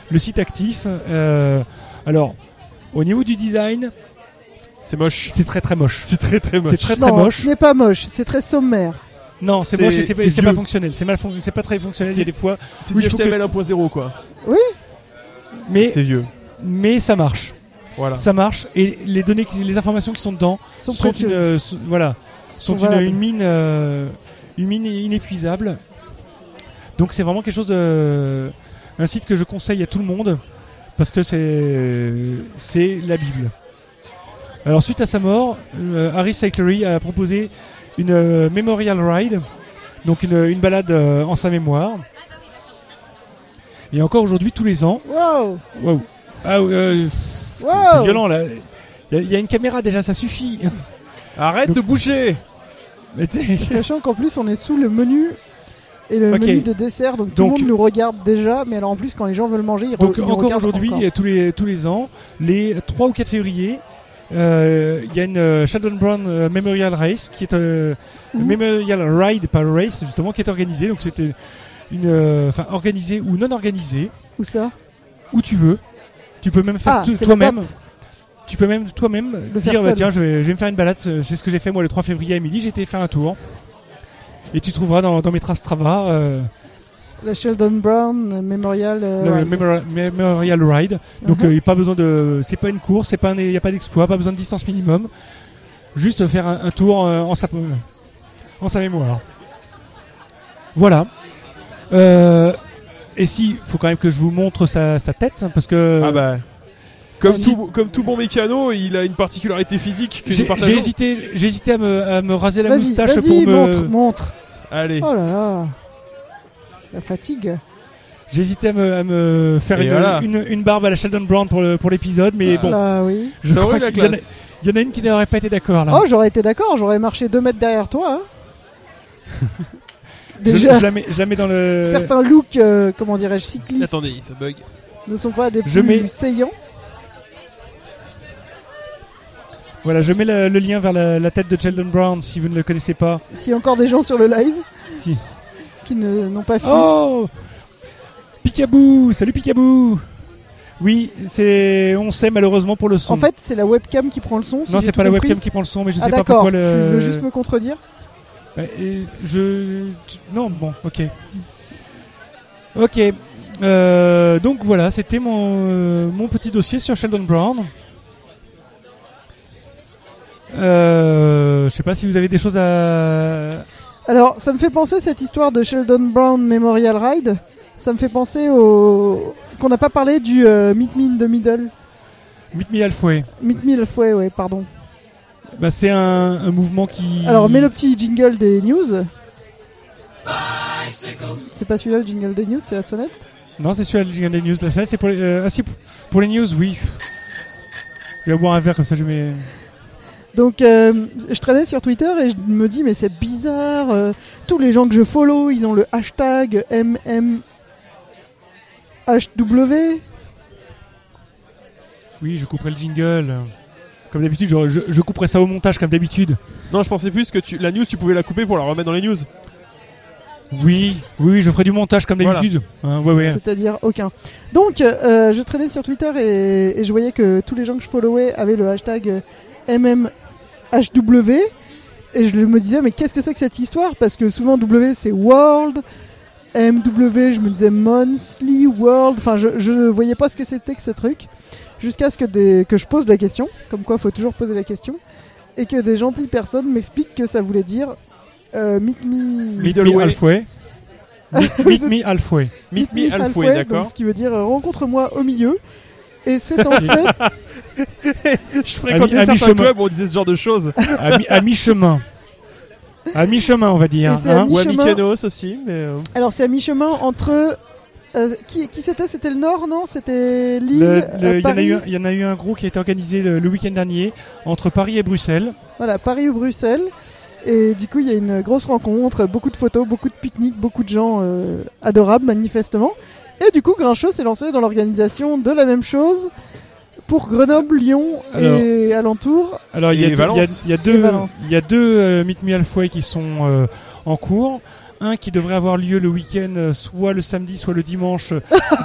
D: le site actif. Euh, alors au niveau du design,
E: C'est moche.
D: c'est très très moche.
E: C'est très très moche.
D: C'est très très
C: non,
D: moche.
C: ce n'est pas moche, c'est très sommaire.
D: Non, c'est
E: C'est-
D: moche et c'est pas-
E: c'est
D: c'est pas
E: vieux.
D: fonctionnel. C'est mal fon- c'est pas très fonctionnel. Il y a
E: C'est-
D: des fois,
E: C'est
D: Oui,
E: du
D: il faut que-
E: HTML 1.0 quoi.
D: mais
E: C'est vieux.
D: mais ça marche.
E: Voilà.
D: Ça marche et les données, qui- les informations qui sont dedans
C: Ils
D: sont,
C: sont précieux.
D: une, euh, sont- voilà,
C: Sont
D: sont, une,
C: valables.
D: une mine, euh, une mine inépuisable. Donc c'est vraiment quelque chose de un site que je conseille à tout le monde parce que c'est c'est la Bible. Alors suite à sa mort, euh, Harry Sacklery a proposé une euh, memorial ride, donc une, une balade euh, en sa mémoire. Et encore aujourd'hui, tous les ans,
C: Wow,
D: waouh, ah, euh,
C: wow.
D: c'est violent là. Il y a une caméra déjà, ça [LAUGHS] suffit.
E: Arrête
D: Donc-
E: de bouger.
D: Mais t'es-
C: Sachant qu'en plus on est sous le menu et le
D: Ok.
C: menu de dessert, donc, tout le
D: Donc-
C: monde nous regarde déjà. Mais alors en plus quand les gens veulent manger, ils, re-
D: Donc
C: ils nous
D: encore
C: regardent
D: aujourd'hui,
C: encore.
D: euh, tous les tous les ans, les 3 ou 4 février, euh, il y a une euh, Sheldon Brown euh, Memorial Race qui est euh,
C: Mhm.
D: Memorial Ride par Race justement qui est organisée. Donc c'était une euh, enfin organisée ou non organisée,
C: Où ça
D: où tu veux. Tu peux même faire
C: Ah,
D: tout-
C: c'est la
D: toi-même.
C: date.
D: Tu peux même toi-même
C: Le faire
D: dire bah,
C: seul.
D: tiens, je vais, je vais me faire une balade. C'est c'est ce que j'ai fait moi le 3 février à midi. J'ai été faire un tour. Et tu trouveras dans, dans mes traces Strava euh,
C: La Sheldon Brown Memorial. euh,
D: le
C: Ride.
D: Memorial, Memorial Ride. Donc
C: Mhm.
D: euh, y a pas besoin de, c'est pas une course, c'est pas, un- y a pas d'exploit, pas besoin de distance minimum. Juste faire un, un tour euh, en sa, en sa mémoire. Voilà. Euh, et si, faut quand même que je vous montre sa, sa tête hein, parce que
E: Ah bah. Comme
D: si-
E: tout, comme tout bon mécano, il a une particularité physique que
D: j'ai
E: nous partageons.
D: j'ai hésité, j'ai hésité à me, à me raser la
C: Vas-y,
D: moustache
C: vas-y,
D: pour me,
C: montre, montre.
E: Allez.
C: Oh là là, la fatigue.
D: j'ai hésité à me, à me faire
E: Et
D: une,
E: voilà.
D: une, une barbe à la Sheldon Brown pour le- pour l'épisode, mais
C: Ça,
D: bon,
C: Là, oui.
D: je
E: Ça aurait
D: crois
E: eu la
D: qu'il y en a-
E: classe.
D: il y en a une qui n'aurait pas été d'accord là.
C: Oh, j'aurais été d'accord, j'aurais marché deux mètres derrière toi. hein.
D: [LAUGHS] Je-
C: Déjà,
D: je, la mets, je la mets dans le.
C: certains looks, euh, comment dirais-je, cyclistes
E: Attendez, ça bug.
C: ne sont pas des
D: Je
C: plus
D: mets-
C: saillants.
D: Voilà, je mets le, le lien vers la, la tête de Sheldon Brown si vous ne le connaissez pas.
C: S'il y a encore des gens sur le live
D: Si.
C: qui ne- n'ont pas fui.
D: Oh Picabou Salut Picabou Oui, c'est. On sait malheureusement pour le son.
C: en fait, c'est la webcam qui prend le son. si
D: non,
C: j'ai
D: c'est
C: tout
D: pas la
C: compris.
D: webcam qui prend le son, mais je
C: Ah
D: sais pas
C: d'accord,
D: pourquoi
C: tu
D: le.
C: veux juste me contredire
D: Bah, euh, Je. tu- Non, bon, ok. Ok. Euh, donc voilà, c'était mon, euh, mon petit dossier sur Sheldon Brown. Euh, je sais pas si vous avez des choses à,
C: Alors, ça me fait penser cette histoire de Sheldon Brown Memorial Ride. Ça me fait penser au qu'on n'a pas parlé du euh, Meet Me in the Middle.
D: Meet Me Halfway.
C: Meet Me Halfway, ouais, pardon.
D: Bah, c'est un, un mouvement qui.
C: Alors, mets le petit jingle des news. C'est pas celui-là le jingle des news, c'est la sonnette.
D: Non, c'est celui-là, le jingle des news. La semaine, c'est pour les. euh, ah, si, pour- pour les news, oui. Je vais boire un verre comme ça, je mets.
C: Donc, euh, je traînais sur Twitter et je me dis, mais c'est bizarre. euh, tous les gens que je follow, ils ont le hashtag MMHW.
D: Oui, je couperai le jingle. Comme d'habitude, je, je, je couperai ça au montage, comme d'habitude.
E: Non, je pensais plus que tu, la news, tu pouvais la couper pour la remettre dans les news.
D: Oui, oui, oui, je ferai du montage, comme
E: Voilà.
D: d'habitude. Hein, ouais, ouais.
C: C'est-à-dire aucun. Donc, euh, je traînais sur Twitter et, et je voyais que tous les gens que je followais avaient le hashtag euh, MMHW. Et je me disais, mais qu'est-ce que c'est que cette histoire Parce que souvent, W, c'est World. MW, je me disais Monthly, World. Enfin, je, je voyais pas ce que c'était que ce truc. Jusqu'à ce que, des, que je pose la question. Comme quoi, faut toujours poser la question. Et que des gentilles personnes m'expliquent que ça voulait dire euh, Meet Me.
D: Meet
E: Middle
D: me
E: way.
D: halfway.
E: [LAUGHS]
D: Meet, meet me halfway.
E: Meet me halfway,
C: donc
E: d'accord
C: ce qui veut dire euh, rencontre-moi au milieu. Et c'est
E: [LAUGHS]
C: en fait.
E: Je fréquentais
D: À mi- à
E: certains
D: mi-chemin.
E: clubs où on disait ce genre de choses.
D: à, mi, à mi-chemin. À mi-chemin, on va dire.
C: Et c'est à
D: hein.
E: [LAUGHS] Ou à
C: Mi-chemin.
E: Mykonos aussi, mais... euh,
C: Alors c'est à mi-chemin entre euh, qui, qui c'était C'était le Nord, non C'était Lille
D: Le-
C: euh,
D: le- Il y en a
C: Paris
D: eu un- il y, en a eu un gros qui a été organisé le, le week-end dernier entre Paris et Bruxelles.
C: Voilà, Paris ou Bruxelles. Et du coup, il y a une grosse rencontre, beaucoup de photos, beaucoup de pique-niques, beaucoup de gens euh, adorables, manifestement. Et du coup, Grincheux s'est lancé dans l'organisation de la même chose pour Grenoble, Lyon et alentour.
D: Alors il y, a deux-
E: Et
D: il y a-
E: Valence.
D: il y a deux,
C: Valence.
D: il y a deux euh, Meet Me Halfway qui sont euh, en cours. Un qui devrait avoir lieu le week-end, euh, soit le samedi, soit le
E: [LAUGHS]
D: dimanche, euh,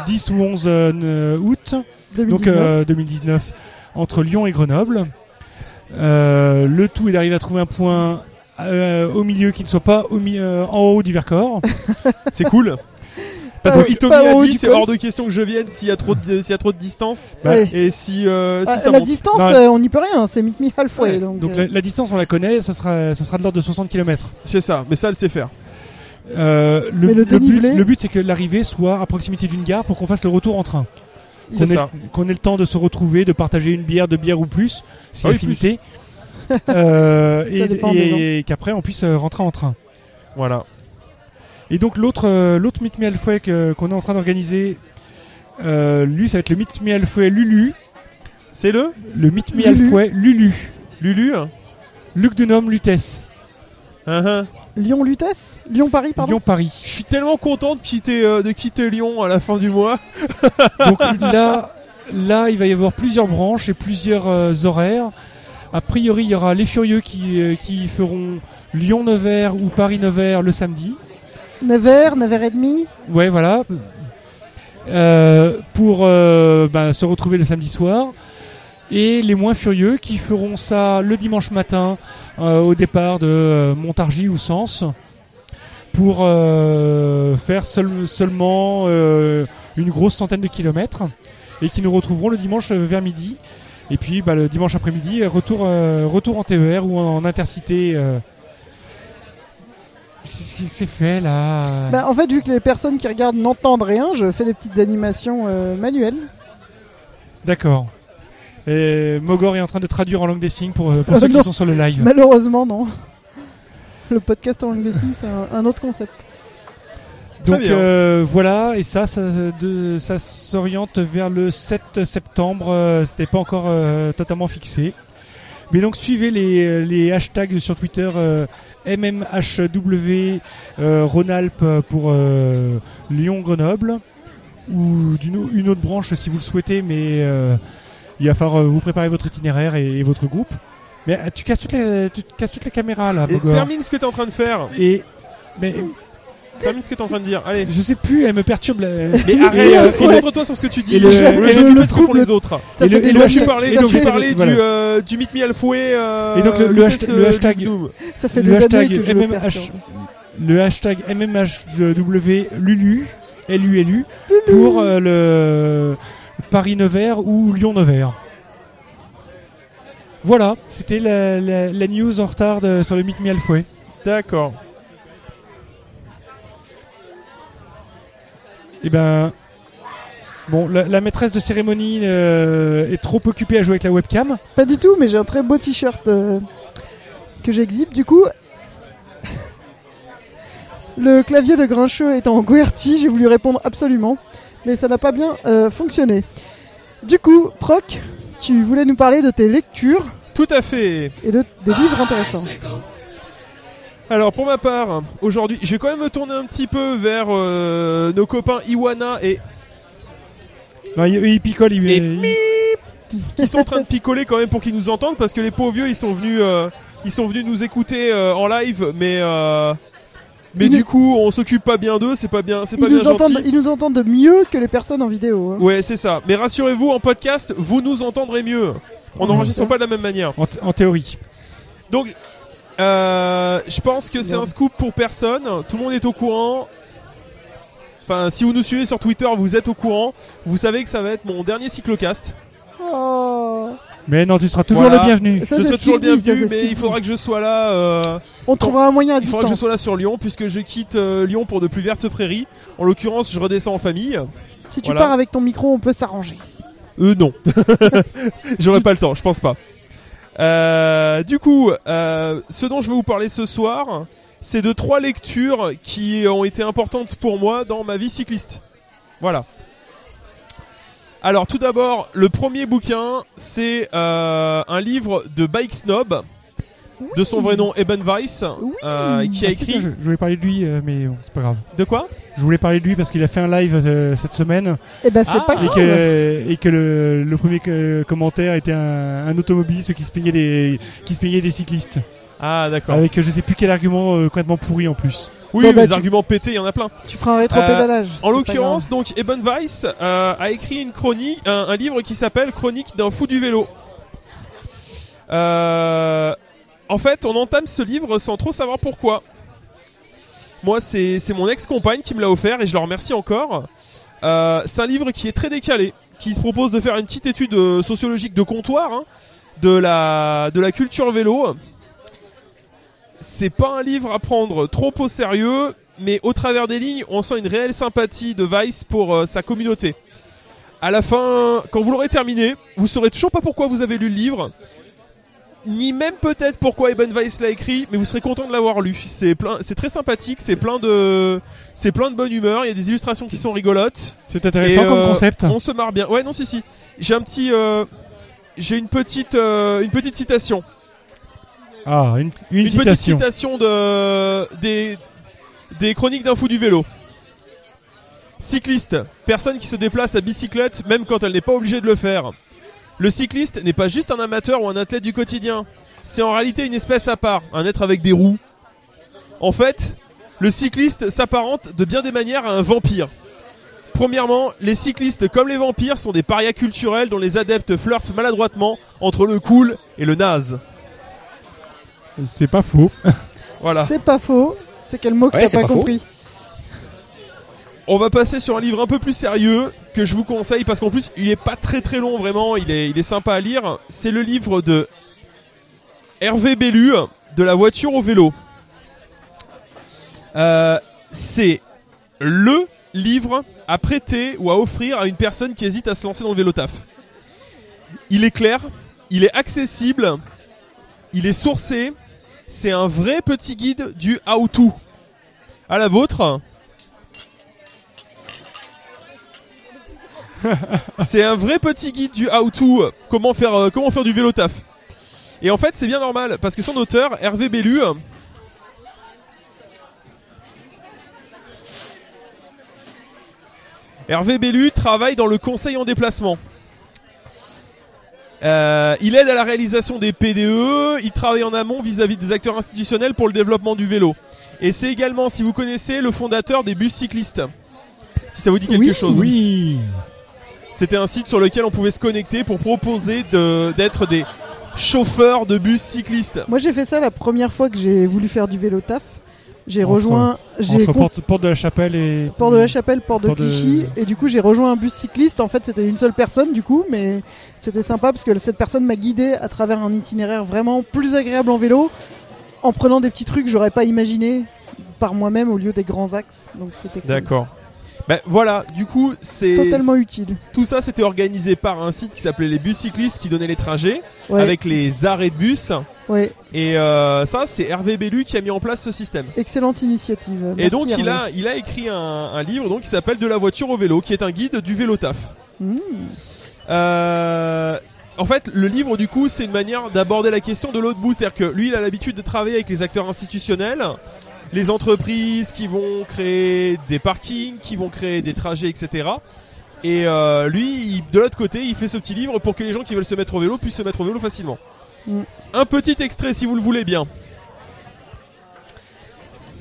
D: 10 ou 11 euh, août.
C: 2019.
D: donc euh, 2019 entre Lyon et Grenoble. Euh, le tout est d'arriver à trouver un point euh, au milieu qui ne soit pas au mi- euh, en haut du Vercors.
E: C'est cool.
C: Pas
E: Parce
C: au-
E: que Hitomi
C: Ah pas au haut
E: a dit
C: du
E: c'est
C: col.
E: hors de question que je vienne s'il y a trop de s'il y a trop de distance
D: bah,
C: Ouais.
E: et si euh, si
C: Ah,
E: ça
C: la
E: monte.
C: distance,
D: Non,
C: euh, on n'y peut rien, c'est meet me halfway.
D: Ouais.
C: donc,
D: donc
C: euh,
D: la, la distance on la connaît, ça sera, ça sera de l'ordre de 60 km.
E: C'est ça, mais ça elle sait faire.
D: Euh,
C: Mais le
D: but,
C: dénivelé
D: le but c'est que l'arrivée soit à proximité d'une gare pour qu'on fasse le retour en train.
E: C'est
D: Qu'on ait,
E: ça.
D: qu'on ait le temps de se retrouver, de partager une bière, deux bières ou plus, si
E: Ah oui,
D: affinité.
C: [LAUGHS]
D: Euh, et
C: dépend
D: et-
C: des gens.
D: et qu'après on puisse euh, rentrer en train.
E: Voilà.
D: Et donc l'autre euh, l'autre Meet Me Halfway que- qu'on est en train d'organiser, euh, lui ça va être le Meet Me Halfway Lulu,
E: C'est le
D: le Meet Me
C: Lulu.
D: Halfway Lulu,
E: Lulu hein
D: Luc Denhomme Lutèce,
E: Hein, hein.
C: Lyon-Lutèce Lyon-Paris, pardon
D: Lyon Paris.
E: Je suis tellement content de quitter euh, de quitter Lyon à la fin du mois.
D: Donc là là il va y avoir plusieurs branches et plusieurs euh, horaires. A priori il y aura les furieux qui euh, qui feront Lyon Nevers ou Paris Nevers le samedi.
C: Nevers, Nevers et demi
D: Ouais, voilà. Euh, pour euh, bah, se retrouver le samedi soir. Et les moins furieux qui feront ça le dimanche matin euh, au départ de euh, Montargis ou Sens pour euh, faire seul- seulement euh, une grosse centaine de kilomètres et qui nous retrouveront le dimanche euh, vers midi. Et puis bah, le dimanche après-midi, euh, retour, euh, retour en TER ou en, en intercité. euh. Qu'est-ce qui s'est fait là
C: Bah, en fait, vu que les personnes qui regardent n'entendent rien, je fais des petites animations euh, manuelles.
D: D'accord. Et Mogor est en train de traduire en langue des signes pour, euh, pour ceux
C: Non.
D: qui sont sur le live.
C: Malheureusement, non. Le podcast en langue des signes, c'est un, un autre concept.
D: Donc
E: bien.
D: euh, voilà, et ça, ça, de- ça s'oriente vers le 7 septembre. euh, C'était pas encore euh, totalement fixé. Mais donc suivez les, les hashtags sur Twitter euh, MMHW euh, Rhône-Alpes pour euh, Lyon-Grenoble ou d'une au- une autre branche si vous le souhaitez, mais euh, il va falloir euh, vous préparer votre itinéraire et, et votre groupe. Mais euh, tu casses toutes les, tu casses toutes les caméras là,
E: Et
D: Bogor.
E: termine ce que t'es en train de faire.
D: Et mais
E: Termine ce que t'es en train de dire. Allez.
D: je sais plus, elle me perturbe. la-
E: Mais
D: et, euh,
E: arrête, concentre-toi sur ce que tu dis.
D: et le-
E: Je-
D: et
E: je-
D: le-
E: je-
D: le
E: ce que font
C: trouble-
E: les autres.
C: Ça
D: Et
C: fait
D: le- et
C: des
D: le
C: longues-
E: Là, je
D: hashtag-
E: parlais,
D: et donc,
E: je
D: je-
E: parlais
D: voilà.
E: du, euh, du Meet Me Halfway. euh,
D: Et donc, le- le
E: Lucas,
D: hashtag- le hashtag-
E: Doom.
C: Ça fait
D: le
C: des années
D: hashtag
C: que je le
D: MMH.
C: perturbe.
D: le hashtag MMHW Lulu, LULU, pour euh, le Paris-Nevers ou Lyon-Nevers. Voilà, c'était la, la- la news en retard de- sur le Meet Me Halfway.
E: D'accord.
D: Et ben, bon, la, la maîtresse de cérémonie euh, est trop occupée à jouer avec la webcam.
C: Pas du tout, mais j'ai un très beau t-shirt euh, que j'exhibe. Du coup, le clavier de Grincheux étant en QWERTY, j'ai voulu répondre absolument, mais ça n'a pas bien euh, fonctionné. Du coup, Proc, tu voulais nous parler de tes lectures
E: Tout à fait.
C: et de, des livres intéressants.
E: Alors pour ma part, aujourd'hui, je vais quand même me tourner un petit peu vers euh, nos copains Iwana et
D: Non, il, il picole, il,
E: Et
D: il-
E: qui sont en train de picoler quand même pour qu'ils nous entendent parce que les pauvres vieux ils sont venus euh, ils sont venus nous écouter euh, en live mais euh, mais
C: Ils
E: du
C: nous-
E: coup on s'occupe pas bien d'eux c'est pas bien c'est
C: Ils
E: pas bien
C: nous, entendent,
E: gentil.
C: ils nous entendent mieux que les personnes en vidéo. hein.
E: Ouais c'est ça. Mais rassurez-vous en podcast vous nous entendrez mieux. On
D: Ouais,
E: n'enregistre
C: ça.
E: pas de la même manière.
D: en, th- en théorie.
E: Donc, euh, je pense que c'est
C: Merde.
E: un scoop pour personne. Tout le monde est au courant. Enfin, si vous nous suivez sur Twitter, vous êtes au courant. Vous savez que ça va être mon dernier cyclocast.
C: Oh.
D: Mais non, tu seras toujours
E: Voilà.
D: le bienvenu.
C: Ça,
E: je
C: c'est
E: serai
C: ce qu'il
E: toujours le
C: dit, ça,
E: bienvenu,
C: c'est ce
E: mais
C: qu'il
E: il faudra
C: dit.
E: que je sois là. euh,
C: On trouvera un moyen à
E: il faudra que je
C: distance.
E: sois là sur Lyon, puisque je quitte euh, Lyon pour de plus vertes prairies. En l'occurrence, je redescends en famille.
C: Si tu
E: Voilà.
C: pars avec ton micro, on peut s'arranger.
E: Euh, non. [LAUGHS] J'aurai pas le temps, je pense pas. Euh, du coup, euh, ce dont je vais vous parler ce soir, c'est de trois lectures qui ont été importantes pour moi dans ma vie cycliste. Voilà. Alors tout d'abord, le premier bouquin, c'est euh, un livre de Bike Snob, de son vrai nom Eben Weiss, euh, qui a
D: Ah, si, tiens,
E: écrit...
D: je, je voulais parler de lui, euh, mais bon, c'est pas grave.
E: De quoi
D: Je voulais parler de lui parce qu'il a fait un live euh, cette semaine
C: Et ben, c'est
E: Ah,
C: pas
E: et
D: et
C: grave.
D: que, et que le, le premier que- commentaire était un, un automobiliste qui se plaignait des, qui se plaignait des cyclistes.
E: Ah d'accord.
D: Avec euh, je sais plus quel argument euh, complètement pourri en plus.
E: Oui,
C: Bon,
E: oui,
C: bah,
E: les
C: tu-
E: arguments pétés, il y en a plein.
C: Tu feras un rétropédalage. c'est pas
E: Euh, En l'occurrence, donc Eben Weiss euh, a écrit une chronique, un, un livre qui s'appelle Chronique d'un fou du vélo. Euh, en fait, on entame ce livre sans trop savoir pourquoi. Moi, c'est c'est mon ex-compagne qui me l'a offert et je la remercie encore. Euh, c'est un livre qui est très décalé, qui se propose de faire une petite étude euh, sociologique de comptoir hein, de la de la culture vélo. C'est pas un livre à prendre trop au sérieux, mais au travers des lignes, on sent une réelle sympathie de Vice pour euh, sa communauté. À la fin, quand vous l'aurez terminé, vous saurez toujours pas pourquoi vous avez lu le livre, ni même peut-être pourquoi Eben Weiss l'a écrit, mais vous serez content de l'avoir lu. C'est plein, c'est très sympathique, c'est plein de, c'est plein de bonne humeur. Il y a des illustrations qui sont rigolotes.
D: C'est intéressant
E: Et,
D: comme
E: euh,
D: concept.
E: On se marre bien. Ouais, non, si, si. J'ai un petit, euh, j'ai une petite, euh, une petite citation.
D: Ah, une, une
E: Une, petite
D: citation.
E: citation de, des, des chroniques d'un fou du vélo. Cycliste, personne qui se déplace à bicyclette même quand elle n'est pas obligée de le faire. Le cycliste n'est pas juste un amateur ou un athlète du quotidien, c'est en réalité une espèce à part, un être avec des roues. En fait, le cycliste s'apparente de bien des manières à un vampire. Premièrement, les cyclistes comme les vampires sont des parias culturels dont les adeptes flirtent maladroitement entre le cool et le naze.
D: C'est pas faux.
E: Voilà.
C: C'est pas faux. C'est quel mot que
F: Ouais,
C: t'as
F: c'est
C: pas,
F: pas faux.
C: compris
E: On va passer sur un livre un peu plus sérieux que je vous conseille parce qu'en plus il est pas très très long vraiment, il est, il est sympa à lire. C'est le livre de Hervé Bellu de la voiture au vélo. Euh, c'est le livre à prêter ou à offrir à une personne qui hésite à se lancer dans le vélo taf. Il est clair, il est accessible, il est sourcé, c'est un vrai petit guide du how-to. À la vôtre. c'est un vrai petit guide du how-to, euh, comment faire, euh, comment faire du vélo taf. Et en fait, c'est bien normal, parce que son auteur, Hervé Bellu, euh, Hervé Bellu travaille dans le conseil en déplacement. Euh, il aide à la réalisation des PDE, il travaille en amont vis-à-vis des acteurs institutionnels pour le développement du vélo. Et c'est également, si vous connaissez, le fondateur des bus cyclistes. Si ça vous dit quelque
C: Oui,
E: chose.
D: Oui.
E: C'était un site sur lequel on pouvait se connecter pour proposer de- d'être des chauffeurs de bus cyclistes.
C: Moi, j'ai fait ça la première fois que j'ai voulu faire du vélo taf. J'ai
D: Entre-
C: rejoint. J'ai con-
D: Entre porte, porte de la chapelle et.
C: Port
E: Mm.
C: de la Chapelle, Port de
D: Port de-
C: Clichy, et du coup j'ai rejoint un bus cycliste. En fait, c'était une seule personne du coup, mais c'était sympa parce que cette personne m'a guidé à travers un itinéraire vraiment plus agréable en vélo, en prenant des petits trucs que j'aurais pas imaginé par moi-même au lieu des grands axes. Donc c'était cool.
E: D'accord. Ben voilà, du coup, c'est
C: totalement utile.
E: tout ça, c'était organisé par un site qui s'appelait les bus cyclistes qui donnait les trajets
C: Ouais,
E: avec les arrêts de bus.
C: ouais,
E: Et euh, ça, c'est Hervé Bellu qui a mis en place ce système.
C: excellente initiative.
E: Et
C: Merci,
E: donc, il
C: Hervé.
E: a, il a écrit un, un livre donc qui s'appelle De la voiture au vélo, qui est un guide du vélo taf.
C: Mmh.
E: Euh, en fait, le livre, du coup, c'est une manière d'aborder la question de l'autre bout. C'est-à-dire que lui, il a l'habitude de travailler avec les acteurs institutionnels, les entreprises qui vont créer des parkings, qui vont créer des trajets, etc. Et euh, lui, il- de l'autre côté, il fait ce petit livre pour que les gens qui veulent se mettre au vélo puissent se mettre au vélo facilement.
C: Mm.
E: Un petit extrait, si vous le voulez bien.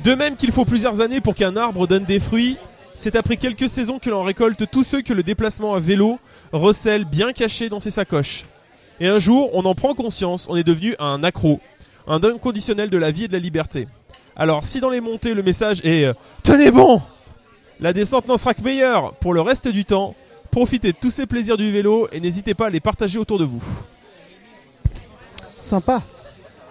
E: De même qu'il faut plusieurs années pour qu'un arbre donne des fruits, c'est après quelques saisons que l'on récolte tous ceux que le déplacement à vélo recèle bien caché dans ses sacoches. Et un jour, on en prend conscience, on est devenu un accro, un inconditionnel de la vie et de la liberté. Alors, si dans les montées le message est euh, Tenez bon La descente n'en sera que meilleure Pour le reste du temps, profitez de tous ces plaisirs du vélo et n'hésitez pas à les partager autour de vous.
C: Sympa.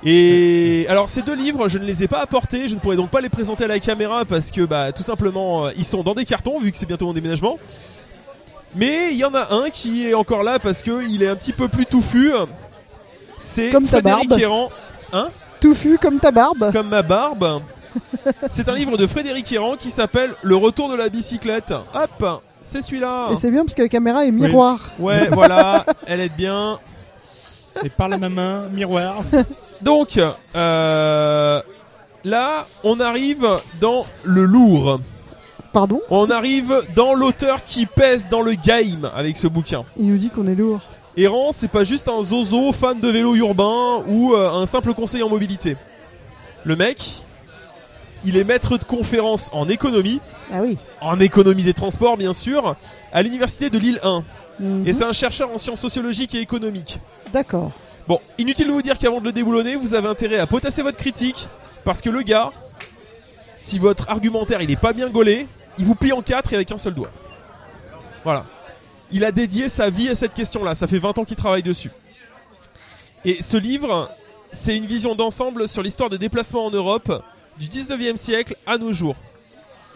E: Et alors ces deux livres, je ne les ai pas apportés, je ne pourrais donc pas les présenter à la caméra parce que bah tout simplement euh, ils sont dans des cartons vu que c'est bientôt mon déménagement. Mais il y en a un qui est encore là parce que il est un petit peu plus touffu. C'est
C: Comme ta
E: Frédéric
C: barbe.
E: Errand,
C: Touffu comme ta barbe. [LAUGHS]
E: comme ma barbe. C'est un livre de Frédéric Héran qui s'appelle Le retour de la bicyclette. Hop, c'est celui-là.
C: Et c'est bien parce que la caméra est miroir. [LAUGHS]
E: Ouais, voilà, elle aide bien.
D: Et par la ma main, miroir.
E: Donc, euh, là, on arrive dans le lourd.
C: Pardon
E: On arrive dans l'auteur qui pèse dans le game avec ce bouquin.
C: Il nous dit qu'on est lourd.
E: Errant, c'est pas juste un zozo fan de vélo urbain ou euh, un simple conseiller en mobilité. Le mec, il est maître de conférence en économie,
C: Ah oui.
E: en économie des transports bien sûr, à l'université de Lille 1.
C: Mhm.
E: Et c'est un chercheur en sciences sociologiques et économiques.
C: D'accord.
E: Bon, inutile de vous dire qu'avant de le déboulonner, vous avez intérêt à potasser votre critique, parce que le gars, si votre argumentaire il est pas bien gaulé, il vous plie en quatre et avec un seul doigt. Voilà. Il a dédié sa vie à cette question-là, ça fait 20 ans qu'il travaille dessus. Et ce livre, c'est une vision d'ensemble sur l'histoire des déplacements en Europe du 19e siècle à nos jours,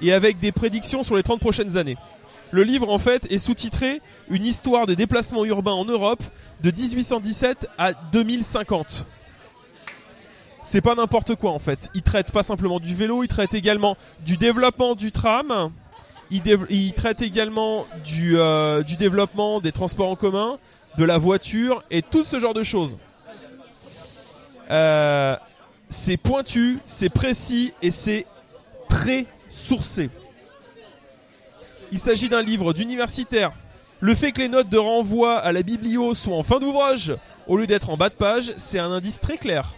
E: et avec des prédictions sur les 30 prochaines années. Le livre, en fait, est sous-titré Une histoire des déplacements urbains en Europe de 1817 à 2050. C'est pas n'importe quoi en fait. Il traite pas simplement du vélo, il traite également du développement du tram, il, dév- il traite également du, euh, du développement des transports en commun, de la voiture et tout ce genre de choses. Euh, c'est pointu, c'est précis et c'est très sourcé. Il s'agit d'un livre d'universitaire le fait que les notes de renvoi à la biblio soient en fin d'ouvrage au lieu d'être en bas de page, c'est un indice très clair.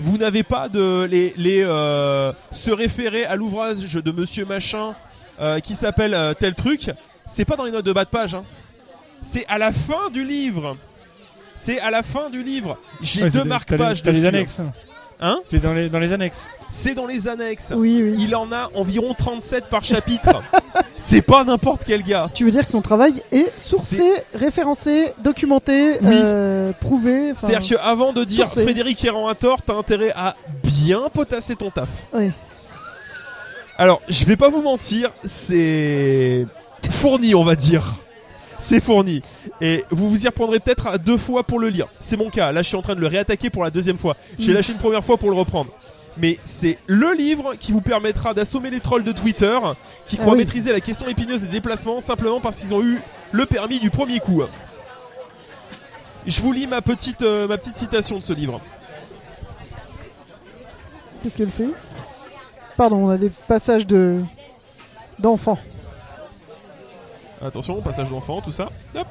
E: Vous n'avez pas de les, les euh, se référer à l'ouvrage de Monsieur Machin euh, qui s'appelle euh, tel truc. C'est pas dans les notes de bas de page. hein. C'est à la fin du livre. C'est à la fin du livre. J'ai
D: Ouais, c'est
E: deux
D: des-
E: marque-pages
D: T'as les- t'as les
E: dessus.
D: annexes.
E: Hein
D: C'est dans les, dans les annexes.
E: C'est dans les annexes.
C: Oui, oui.
E: Il en a environ 37 par chapitre. [LAUGHS] c'est pas n'importe quel gars.
C: Tu veux dire que son travail est sourcé, référencé, documenté,
E: Oui.
C: euh, prouvé. enfin,
E: C'est-à-dire qu'avant de dire
C: sourcé.
E: Frédéric Errand a tort, t'as intérêt à bien potasser ton taf.
C: oui.
E: Alors, je vais pas vous mentir, c'est fourni, on va dire. C'est fourni. Et vous vous y reprendrez peut-être à deux fois pour le lire. C'est mon cas. Là, je suis en train de le réattaquer pour la deuxième fois. J'ai
C: Mm.
E: lâché une première fois pour le reprendre. Mais c'est le livre qui vous permettra d'assommer les trolls de Twitter qui
C: Ah
E: croient
C: oui.
E: maîtriser la question épineuse des déplacements simplement parce qu'ils ont eu le permis du premier coup. Je vous lis ma petite, euh, ma petite citation de ce livre.
C: Qu'est-ce qu'elle fait Pardon, on a des passages de d'enfants.
E: Attention, passage d'enfant, tout ça. Hop.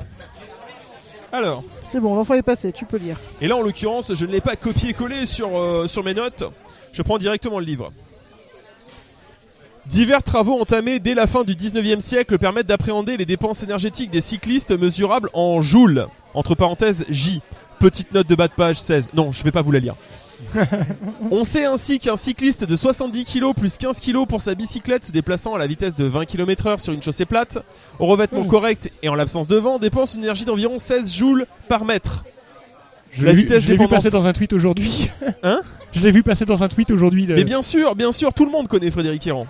E: Alors,
C: C'est bon, l'enfant est passé, tu peux lire.
E: et là en l'occurrence, je ne l'ai pas copié-collé sur, euh, sur mes notes. Je prends directement le livre. Divers travaux entamés dès la fin du 19e siècle permettent d'appréhender les dépenses énergétiques des cyclistes mesurables en joules. Entre parenthèses, J. Petite note de bas de page 16. Non, je vais pas vous la lire. On sait ainsi qu'un cycliste de 70 kg plus 15 kg pour sa bicyclette se déplaçant à la vitesse de 20 km heure sur une chaussée plate, au revêtement correct et en l'absence de vent, dépense une énergie d'environ 16 joules par mètre.
D: Je
E: La
D: l'ai vu,
E: vitesse
D: je l'ai vu
E: dépendance.
D: passer dans un tweet aujourd'hui.
E: Hein
D: Je l'ai vu passer dans un tweet aujourd'hui. le-
E: Mais bien sûr, bien sûr, tout le monde connaît Frédéric Héran.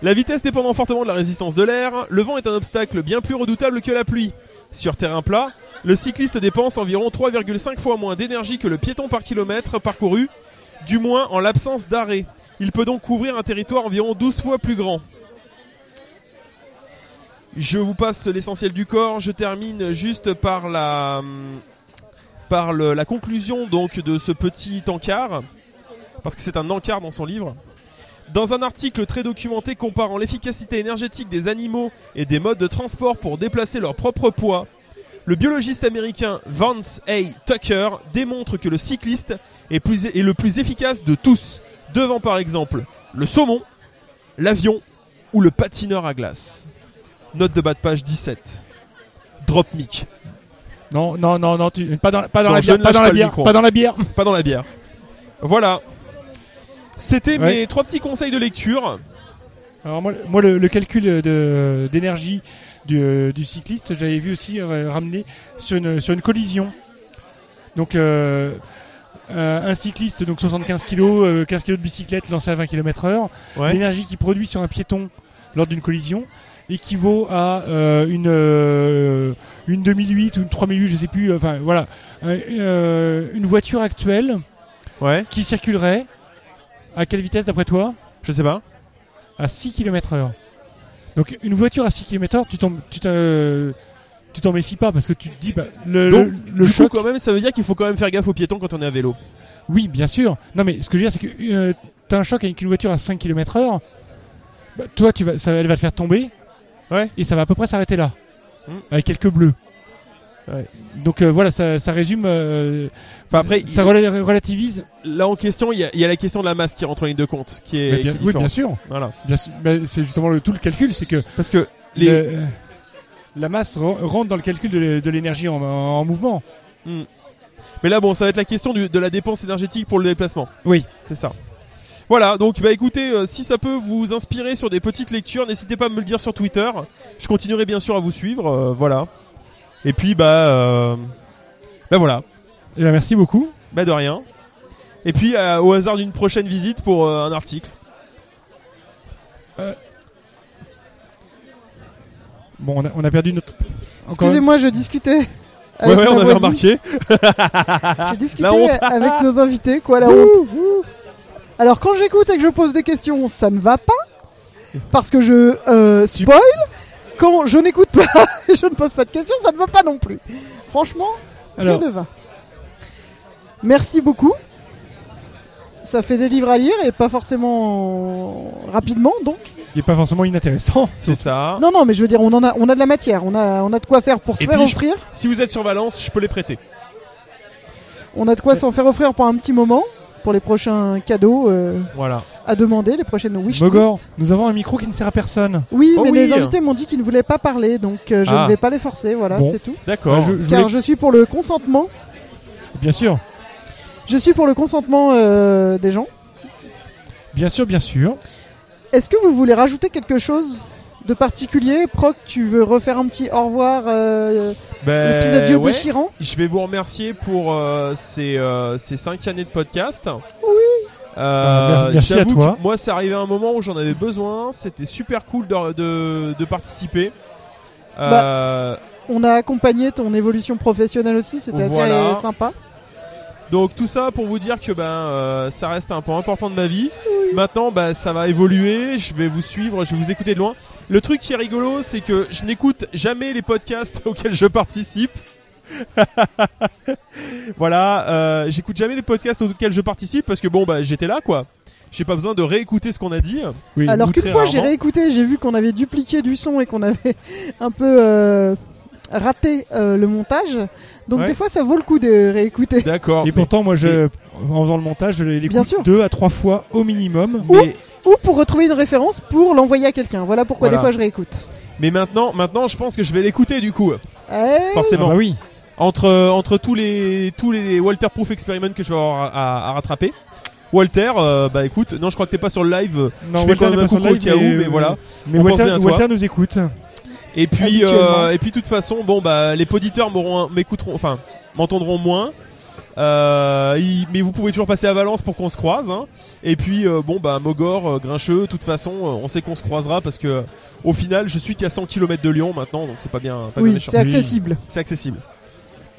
E: La vitesse dépendant fortement de la résistance de l'air, le vent est un obstacle bien plus redoutable que la pluie. Sur terrain plat, le cycliste dépense environ 3,5 fois moins d'énergie que le piéton par kilomètre parcouru, du moins en l'absence d'arrêt. Il peut donc couvrir un territoire environ 12 fois plus grand. Je vous passe l'essentiel du corps, je termine juste par la hum, par le- la conclusion donc de ce petit encart parce que c'est un encart dans son livre. Dans un article très documenté comparant l'efficacité énergétique des animaux et des modes de transport pour déplacer leur propre poids, le biologiste américain Vance A. Tucker démontre que le cycliste est, plus- est le plus efficace de tous, devant par exemple le saumon, l'avion ou le patineur à glace. Note de bas de page 17. Drop mic.
D: Non, non, non, non, tu- pas dans, pas dans
E: Non,
D: la
E: je
D: bière,
E: ne
D: pas
E: lâche
D: dans
E: pas
D: la
E: le
D: bière,
E: micro.
D: pas dans la bière.
E: pas dans la bière. Voilà. C'était
D: Ouais.
E: mes trois petits conseils de lecture.
D: Alors moi, le- moi, le, le calcul euh, de- d'énergie du, du cycliste, j'avais vu aussi euh, ramener sur une, sur une collision. Donc euh, euh, un cycliste, donc 75 kg, 15 kg de bicyclette lancée à 20 km/h, l'énergie qu'il produit sur un piéton lors d'une collision équivaut à euh, une euh, une 2008 ou une 3008, je sais plus. Enfin voilà, Euh, euh, une voiture actuelle
E: Ouais.
D: qui circulerait À quelle vitesse d'après toi
E: Je sais pas.
D: À 6 km/h. Donc une voiture à 6 km/h, tu t'en tu t'en- tu t'en méfies pas parce que tu te dis bah, le,
E: Donc,
D: le- le
E: du
D: choc.
E: coup, quand même, ça veut dire qu'il faut quand même faire gaffe aux piétons quand on est à vélo.
D: Oui, bien sûr. Non, mais ce que je veux dire, c'est que euh, t'as un choc avec une voiture à 5 km/h. bah, toi, tu vas, ça, elle va te faire tomber.
E: Ouais.
D: Et ça va à peu près s'arrêter là.
E: Mm.
D: Avec quelques bleus.
E: Ouais.
D: Donc euh, voilà, ça, ça résume. euh,
E: Enfin après,
D: ça rela- relativise.
E: il- là en question, il y, a- il y a la question de la masse qui rentre en ligne de compte, qui est,
D: Mais bien-
E: qui est
D: oui, bien sûr.
E: différente. Voilà.
D: Bien sûr. Mais c'est justement le, tout le calcul, c'est que
E: Parce que les,
D: le- euh, la masse re- rentre dans le calcul de, de l'énergie en, en mouvement.
E: mais là bon, ça va être la question du- de la dépense énergétique pour le déplacement.
D: Oui.
E: C'est ça. Voilà, donc bah écoutez, euh, si ça peut vous inspirer sur des petites lectures, n'hésitez pas à me le dire sur Twitter. Je continuerai bien sûr à vous suivre, euh, voilà. Et puis bah euh, bah voilà,
D: Eh bien, merci beaucoup.
E: bah de rien. Et puis euh, au hasard d'une prochaine visite pour euh, un article.
D: Bon, on a, on a perdu notre. Encore une-
C: Excusez-moi, je discutais.
E: Ouais
C: avec
E: ouais,
C: ma
E: on avait
C: voisine.
E: remarqué.
C: Je discutais
E: Ah, la honte.
C: avec nos invités, quoi, la honte. Alors, quand j'écoute et que je pose des questions, ça ne va pas. Parce que je euh, spoil. Quand je n'écoute pas [LAUGHS] et je ne pose pas de questions, ça ne va pas non plus. Franchement,
D: Alors.
C: rien ne va. Merci beaucoup. Ça fait des livres à lire et pas forcément rapidement, donc.
D: Il est pas forcément inintéressant.
E: C'est ça.
C: Non, non, mais je veux dire, on en a, on a de la matière, on a, on a de quoi faire pour se
E: Et
C: faire
E: puis, je-
C: offrir.
E: Si vous êtes sur Valence, je peux les prêter.
C: On a de quoi s'en faire offrir pour un petit moment, pour les prochains cadeaux. euh,
E: Voilà.
C: à demander les prochaines wish
D: Mogor,
C: list.
D: nous avons un micro qui ne sert à personne.
C: Oui,
E: Oh
C: mais
E: oui.
C: les invités m'ont dit qu'ils ne voulaient pas parler, donc euh, je
E: Ah.
C: ne vais pas les forcer, voilà,
D: Bon.
C: c'est tout.
E: D'accord.
D: Bah, je- je
C: Car
D: voulais-
C: je suis pour le consentement.
D: Bien sûr,
C: Je suis pour le consentement euh, des gens.
D: bien sûr, bien sûr.
C: Est-ce que vous voulez rajouter quelque chose de particulier Proc, tu veux refaire un petit au revoir euh,
E: Bah,
C: épisode
E: ouais.
C: déchirant
E: Je vais vous remercier pour euh, ces, euh, ces cinq années de podcast. Oui.
D: Euh, merci à toi.
E: Moi, c'est arrivé à un moment où j'en avais besoin. C'était super cool de, de, de participer.
D: Bah,
E: Euh,
C: On a accompagné ton évolution professionnelle aussi, c'était assez
E: Voilà.
C: euh, sympa.
E: Donc tout ça pour vous dire que ben euh, ça reste un point important de ma vie. Maintenant bah ça va évoluer, je vais vous suivre, je vais vous écouter de loin. Le truc qui est rigolo, c'est que je n'écoute jamais les podcasts [LAUGHS] auxquels je participe. [LAUGHS] voilà, euh, j'écoute jamais les podcasts auxquels je participe parce que bon bah j'étais là quoi. J'ai pas besoin de réécouter ce qu'on a dit.
D: Oui,
C: Alors
E: ou
C: qu'une
E: très
C: fois j'ai
E: rarement.
C: réécouté, j'ai vu qu'on avait dupliqué du son et qu'on avait [LAUGHS] un peu euh, raté euh, le montage. Donc
E: Ouais.
C: des fois ça vaut le coup de réécouter.
E: D'accord.
D: Et pourtant, moi, je, en faisant le montage, je
C: Bien
D: l'écoute
C: sûr.
D: deux à trois fois au minimum.
C: Ou- ou pour retrouver une référence pour l'envoyer à quelqu'un. Voilà pourquoi
E: Voilà.
C: des fois je réécoute.
E: Mais maintenant, maintenant je pense que je vais l'écouter du coup.
C: Eh,
E: Forcément.
D: Ah bah oui.
E: entre entre tous les tous les Walterproof experiments que je vais avoir à, à rattraper. Walter, euh, bah écoute, non, je crois que t'es pas sur le live. euh,
D: Non,
E: je fais quand
D: n'est
E: même un
D: pas sur
E: coucou
D: le
E: au
D: live,
E: cas où, mais voilà.
D: Mais euh,
E: On pense
D: Walter,
E: bien à toi.
D: Walter nous écoute.
E: Et puis
C: Habituellement.
E: euh, et puis de toute façon, bon bah les poditeurs m'auront un- m'écouteront, enfin m'entendront moins. Euh, ils- mais vous pouvez toujours passer à Valence pour qu'on se croise. hein. Et puis euh, bon bah Mogor, euh, Grincheux, de toute façon, euh, on sait qu'on se croisera parce que au final, je suis qu'à 100 km de Lyon maintenant, donc c'est pas bien, pas bien
C: oui,
E: méchant.
C: c'est accessible.
E: C'est accessible.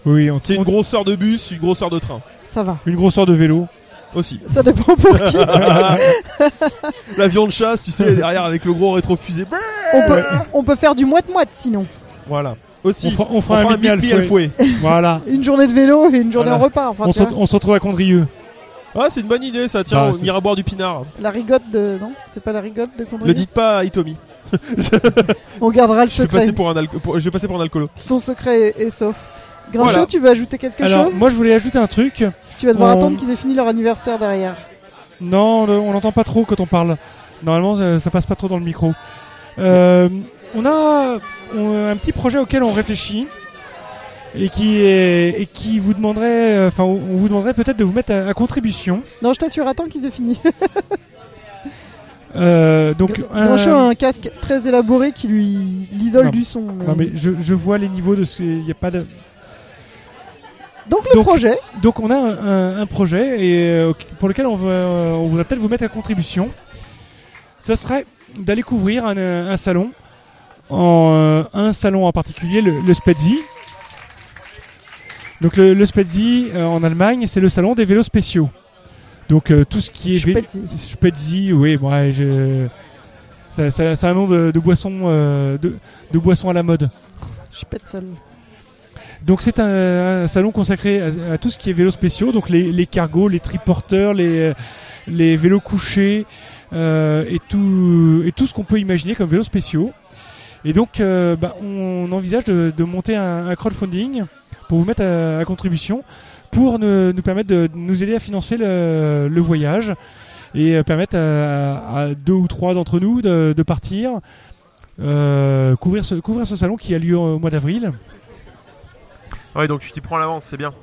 D: Oui, on
E: C'est une grosseur de bus, une grosseur de train
C: Ça va.
D: une grosseur de vélo.
E: aussi.
C: Ça dépend pour qui.
E: [LAUGHS] L'avion de chasse, tu sais, derrière avec le gros rétrofusé. Brrr
C: on,
D: [LAUGHS]
C: peut, on peut faire du moite-moite sinon.
E: Voilà. Aussi,
D: on fera, on
E: on fera
D: fera un
E: à
D: meet-me
E: le
D: al fouet.
E: fouet.
D: Voilà.
C: Une journée de vélo et une journée
E: Voilà.
C: en repas. Enfin,
D: On
C: tu
D: se,
C: vois,
D: on se retrouve à Condrieu.
E: Ah, c'est une bonne idée ça, tiens,
D: Bah,
E: on
D: c'est-
E: ira boire du pinard.
C: La rigotte de. Non, c'est pas la rigotte de Condré
E: Le dites pas à Itomi.
C: On gardera le
E: Je vais
C: secret.
E: passer pour un, alco- pour- je vais passer pour un alcoolo.
C: Ton secret est, est sauf. Grinchot,
E: Voilà.
C: tu veux ajouter quelque
D: Alors,
C: chose
D: moi, je voulais ajouter un truc.
C: Tu vas devoir
D: on-
C: attendre qu'ils aient fini leur anniversaire derrière.
D: Non, le- on l'entend pas trop quand on parle. Normalement, ça, ça passe pas trop dans le micro. Euh, on a on- un petit projet auquel on réfléchit et qui est et qui vous demanderait, euh, enfin, on vous demanderait peut-être de vous mettre à, à contribution.
C: Non, je t'assure, attends qu'ils aient fini. [LAUGHS]
D: Euh, donc, un-
C: Grinchot a un casque très élaboré qui lui l'isole
D: Non.
C: du son. mais-
D: non, Ah, mais je, je vois les niveaux de ce, il y a pas de.
C: Donc le
D: Donc-
C: projet,
D: Donc, on a un, un- un projet et euh, pour lequel on, va, on voudrait peut-être vous mettre à contribution. Ça serait d'aller couvrir un, euh, un salon, en, euh, un salon en particulier, le, le Spezi. Donc le, le Spezi euh, en Allemagne, c'est le salon des vélos spéciaux. Donc euh, tout ce qui est
C: Spezi.
D: Spezi, oui, bon, ouais, je... ça, ça- c'est un nom de, de boisson euh, de, de boisson à la mode.
C: Je pète ça.
D: Donc c'est un, un salon consacré à, à tout ce qui est vélos spéciaux, donc les, les cargos, les triporteurs, les, les vélos couchés euh, et, tout, et tout ce qu'on peut imaginer comme vélos spéciaux. Et donc euh, bah, on envisage de, de monter un, un crowdfunding pour vous mettre à, à contribution pour ne- nous permettre de, de nous aider à financer le, le voyage et euh, permettre à, à deux ou trois d'entre nous de, de partir. Euh, couvrir, ce, couvrir ce salon qui a lieu au mois d'avril.
E: Ouais, donc tu t'y prends à l'avance, c'est bien.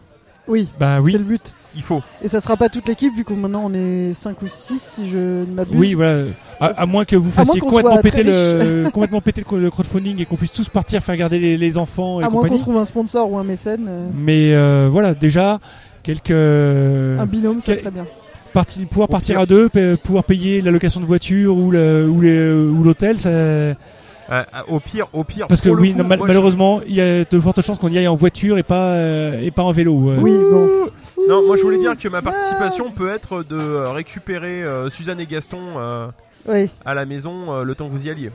C: Oui,
D: Bah oui.
C: c'est le but.
E: Il faut.
C: Et ça sera pas toute l'équipe vu que maintenant on est 5 ou 6 si je ne m'abuse.
D: Oui, voilà. À, à moins que vous
C: À moins
D: fassiez
C: qu'on
D: complètement
C: soit
D: péter,
C: très
D: le, [LAUGHS] complètement péter le co- le crowdfunding et qu'on puisse tous partir faire garder les, les enfants et
C: à moins qu'on
D: compagnie.
C: trouve un sponsor ou un mécène, euh,
D: Mais euh, voilà, déjà, quelques.
C: un binôme, ça
D: quel-
C: serait bien.
D: parti- pouvoir
E: Au
D: partir
E: pire.
D: à deux, pa- pouvoir payer la location de voiture ou le- ou les- ou l'hôtel, ça.
E: Euh, au pire, au pire.
D: Parce que
E: pour le
D: oui,
E: coup,
D: non, mal-
E: moi, je-
D: malheureusement, il y a de fortes chances qu'on y aille en voiture et pas, euh, et pas en vélo. euh.
C: Oui, bon.
E: Non, moi je voulais dire que ma participation peut être de euh, récupérer euh, Suzanne et Gaston euh,
C: Oui,
E: à la maison euh, le temps que vous y alliez.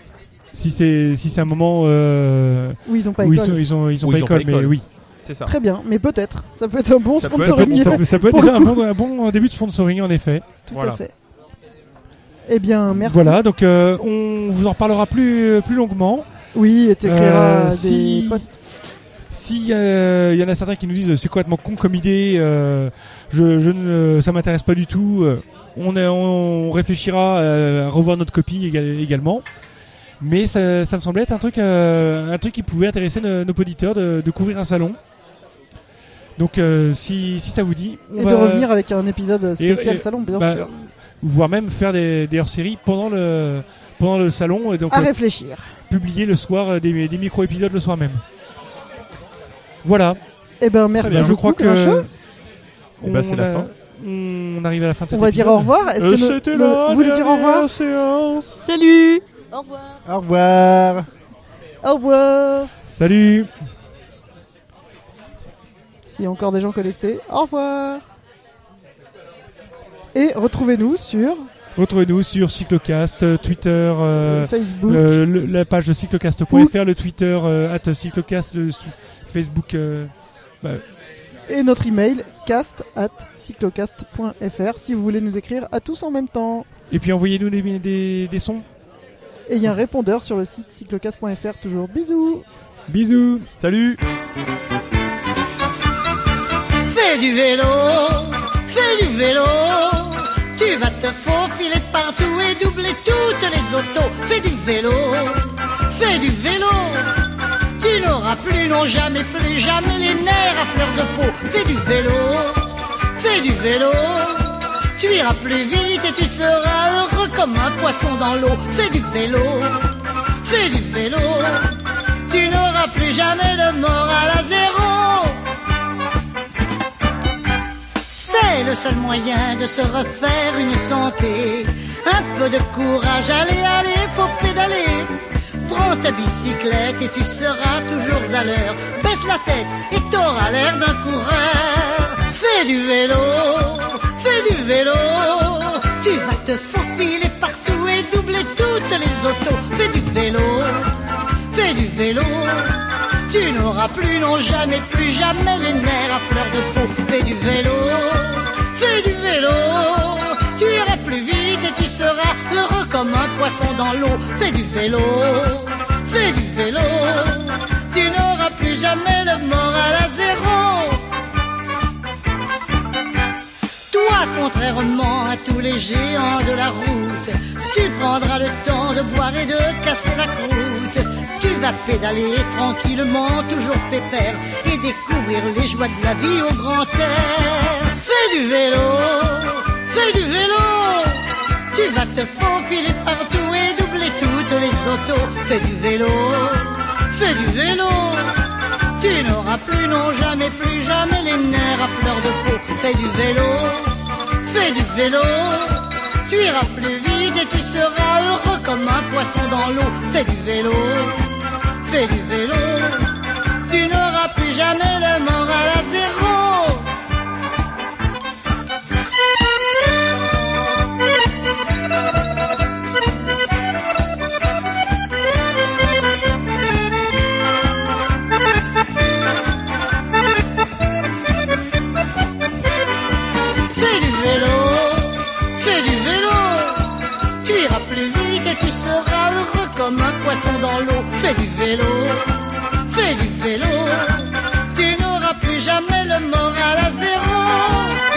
D: Si c'est si c'est un moment euh,
C: oui, ils ont pas
D: où ils,
C: école.
D: sont, ils, ont, ils ont
E: Où
D: pas
E: ils ont
D: école,
E: pas école.
D: mais oui.
E: C'est ça.
C: Très bien, mais peut-être. Ça peut être un bon
E: Ça peut être-
D: Ça peut,
C: sponsoring.
D: ça peut- ça peut être
C: Pour
D: déjà un bon, un bon début de sponsoring en effet.
C: Tout
E: Voilà.
C: à fait. Eh bien, merci.
D: Voilà, donc euh, on vous en reparlera plus, plus longuement.
C: Oui, et tu écriras
D: Euh,
C: des
D: si-
C: posts.
D: Si euh, il y en a certains qui nous disent c'est complètement con comme idée, euh, je, je ne, ça m'intéresse pas du tout, euh, on, est- on réfléchira euh, à revoir notre copie éga- également. Mais ça, ça me semblait être un truc, euh, un truc qui pouvait intéresser nos, nos auditeurs de, de couvrir un salon. Donc euh, si, si ça vous dit, on
C: Et
D: va-
C: de revenir avec un épisode spécial
D: et-
C: salon, bien
D: bah,
C: sûr.
D: voire même faire des, des hors-séries pendant le, pendant le salon et donc
C: À
D: euh,
C: réfléchir.
D: publier le soir euh, des, des micro-épisodes le soir même. Voilà.
C: Eh ben,
D: Très
C: merci
D: bien. je
C: beaucoup,
D: crois que
C: Grincheux.
D: on,
E: Eh ben, c'est la
D: a-
E: fin.
D: on arrive à la fin de
C: On
D: cet
C: va dire au
D: épisode.
C: revoir. Est-ce
D: Euh,
C: que
D: c'était
C: no-
D: la
C: no- vous voulez dire au revoir
D: dernière séance.
F: Salut Au revoir
G: Au revoir.
C: Au revoir.
D: Salut.
C: S'il y a encore des gens connectés, au revoir. Et retrouvez-nous sur euh,
D: Retrouvez-nous sur Cyclocast, euh, Twitter, euh,
C: Facebook.
D: euh, le- la page de cyclocast.fr, le Twitter euh, at cyclocast, le su- Facebook. euh,
C: et notre email cast at cyclocast.fr si vous voulez nous écrire à tous en même temps.
D: et puis envoyez-nous des, des- des sons.
C: Et il y a un répondeur sur le site cyclocast.fr toujours. Bisous
D: Bisous.
E: Salut
H: Fais du vélo, fais du vélo. Tu vas te faufiler partout et doubler toutes les autos. Fais du vélo, fais du vélo. Tu n'auras plus, non jamais, plus jamais les nerfs à fleur de peau. Fais du vélo, fais du vélo. Tu iras plus vite et tu seras heureux comme un poisson dans l'eau. Fais du vélo, fais du vélo. Tu n'auras plus jamais le moral à zéro. C'est le seul moyen de se refaire une santé. Un peu de courage, allez, allez, faut pédaler. Prends ta bicyclette et tu seras toujours à l'heure. Baisse la tête et t'auras l'air d'un coureur. Fais du vélo, fais du vélo. Tu vas te faufiler partout et doubler toutes les autos. Fais du vélo, fais du vélo. Tu n'auras plus, non jamais, plus jamais les nerfs à fleur de peau. Fais du vélo, fais du vélo. Tu iras plus vite et tu seras heureux comme un poisson dans l'eau. Fais du vélo, fais du vélo. Tu n'auras plus jamais le moral à zéro. Toi, contrairement à tous les géants de la route, tu prendras le temps de boire et de casser la croûte. Tu vas pédaler tranquillement, toujours pépère, et découvrir les joies de la vie au grand air. Fais du vélo, fais du vélo. Tu vas te faufiler partout et doubler toutes les autos. Fais du vélo, fais du vélo. Tu n'auras plus, non jamais, plus jamais les nerfs à fleur de peau. Fais du vélo, fais du vélo. Tu iras plus vite et tu seras heureux comme un poisson dans l'eau. Fais du vélo, fais du vélo. Tu n'auras plus jamais le moral à zéro. comme un poisson dans l'eau. Fais du vélo, fais du vélo. Tu n'auras plus jamais le moral à zéro.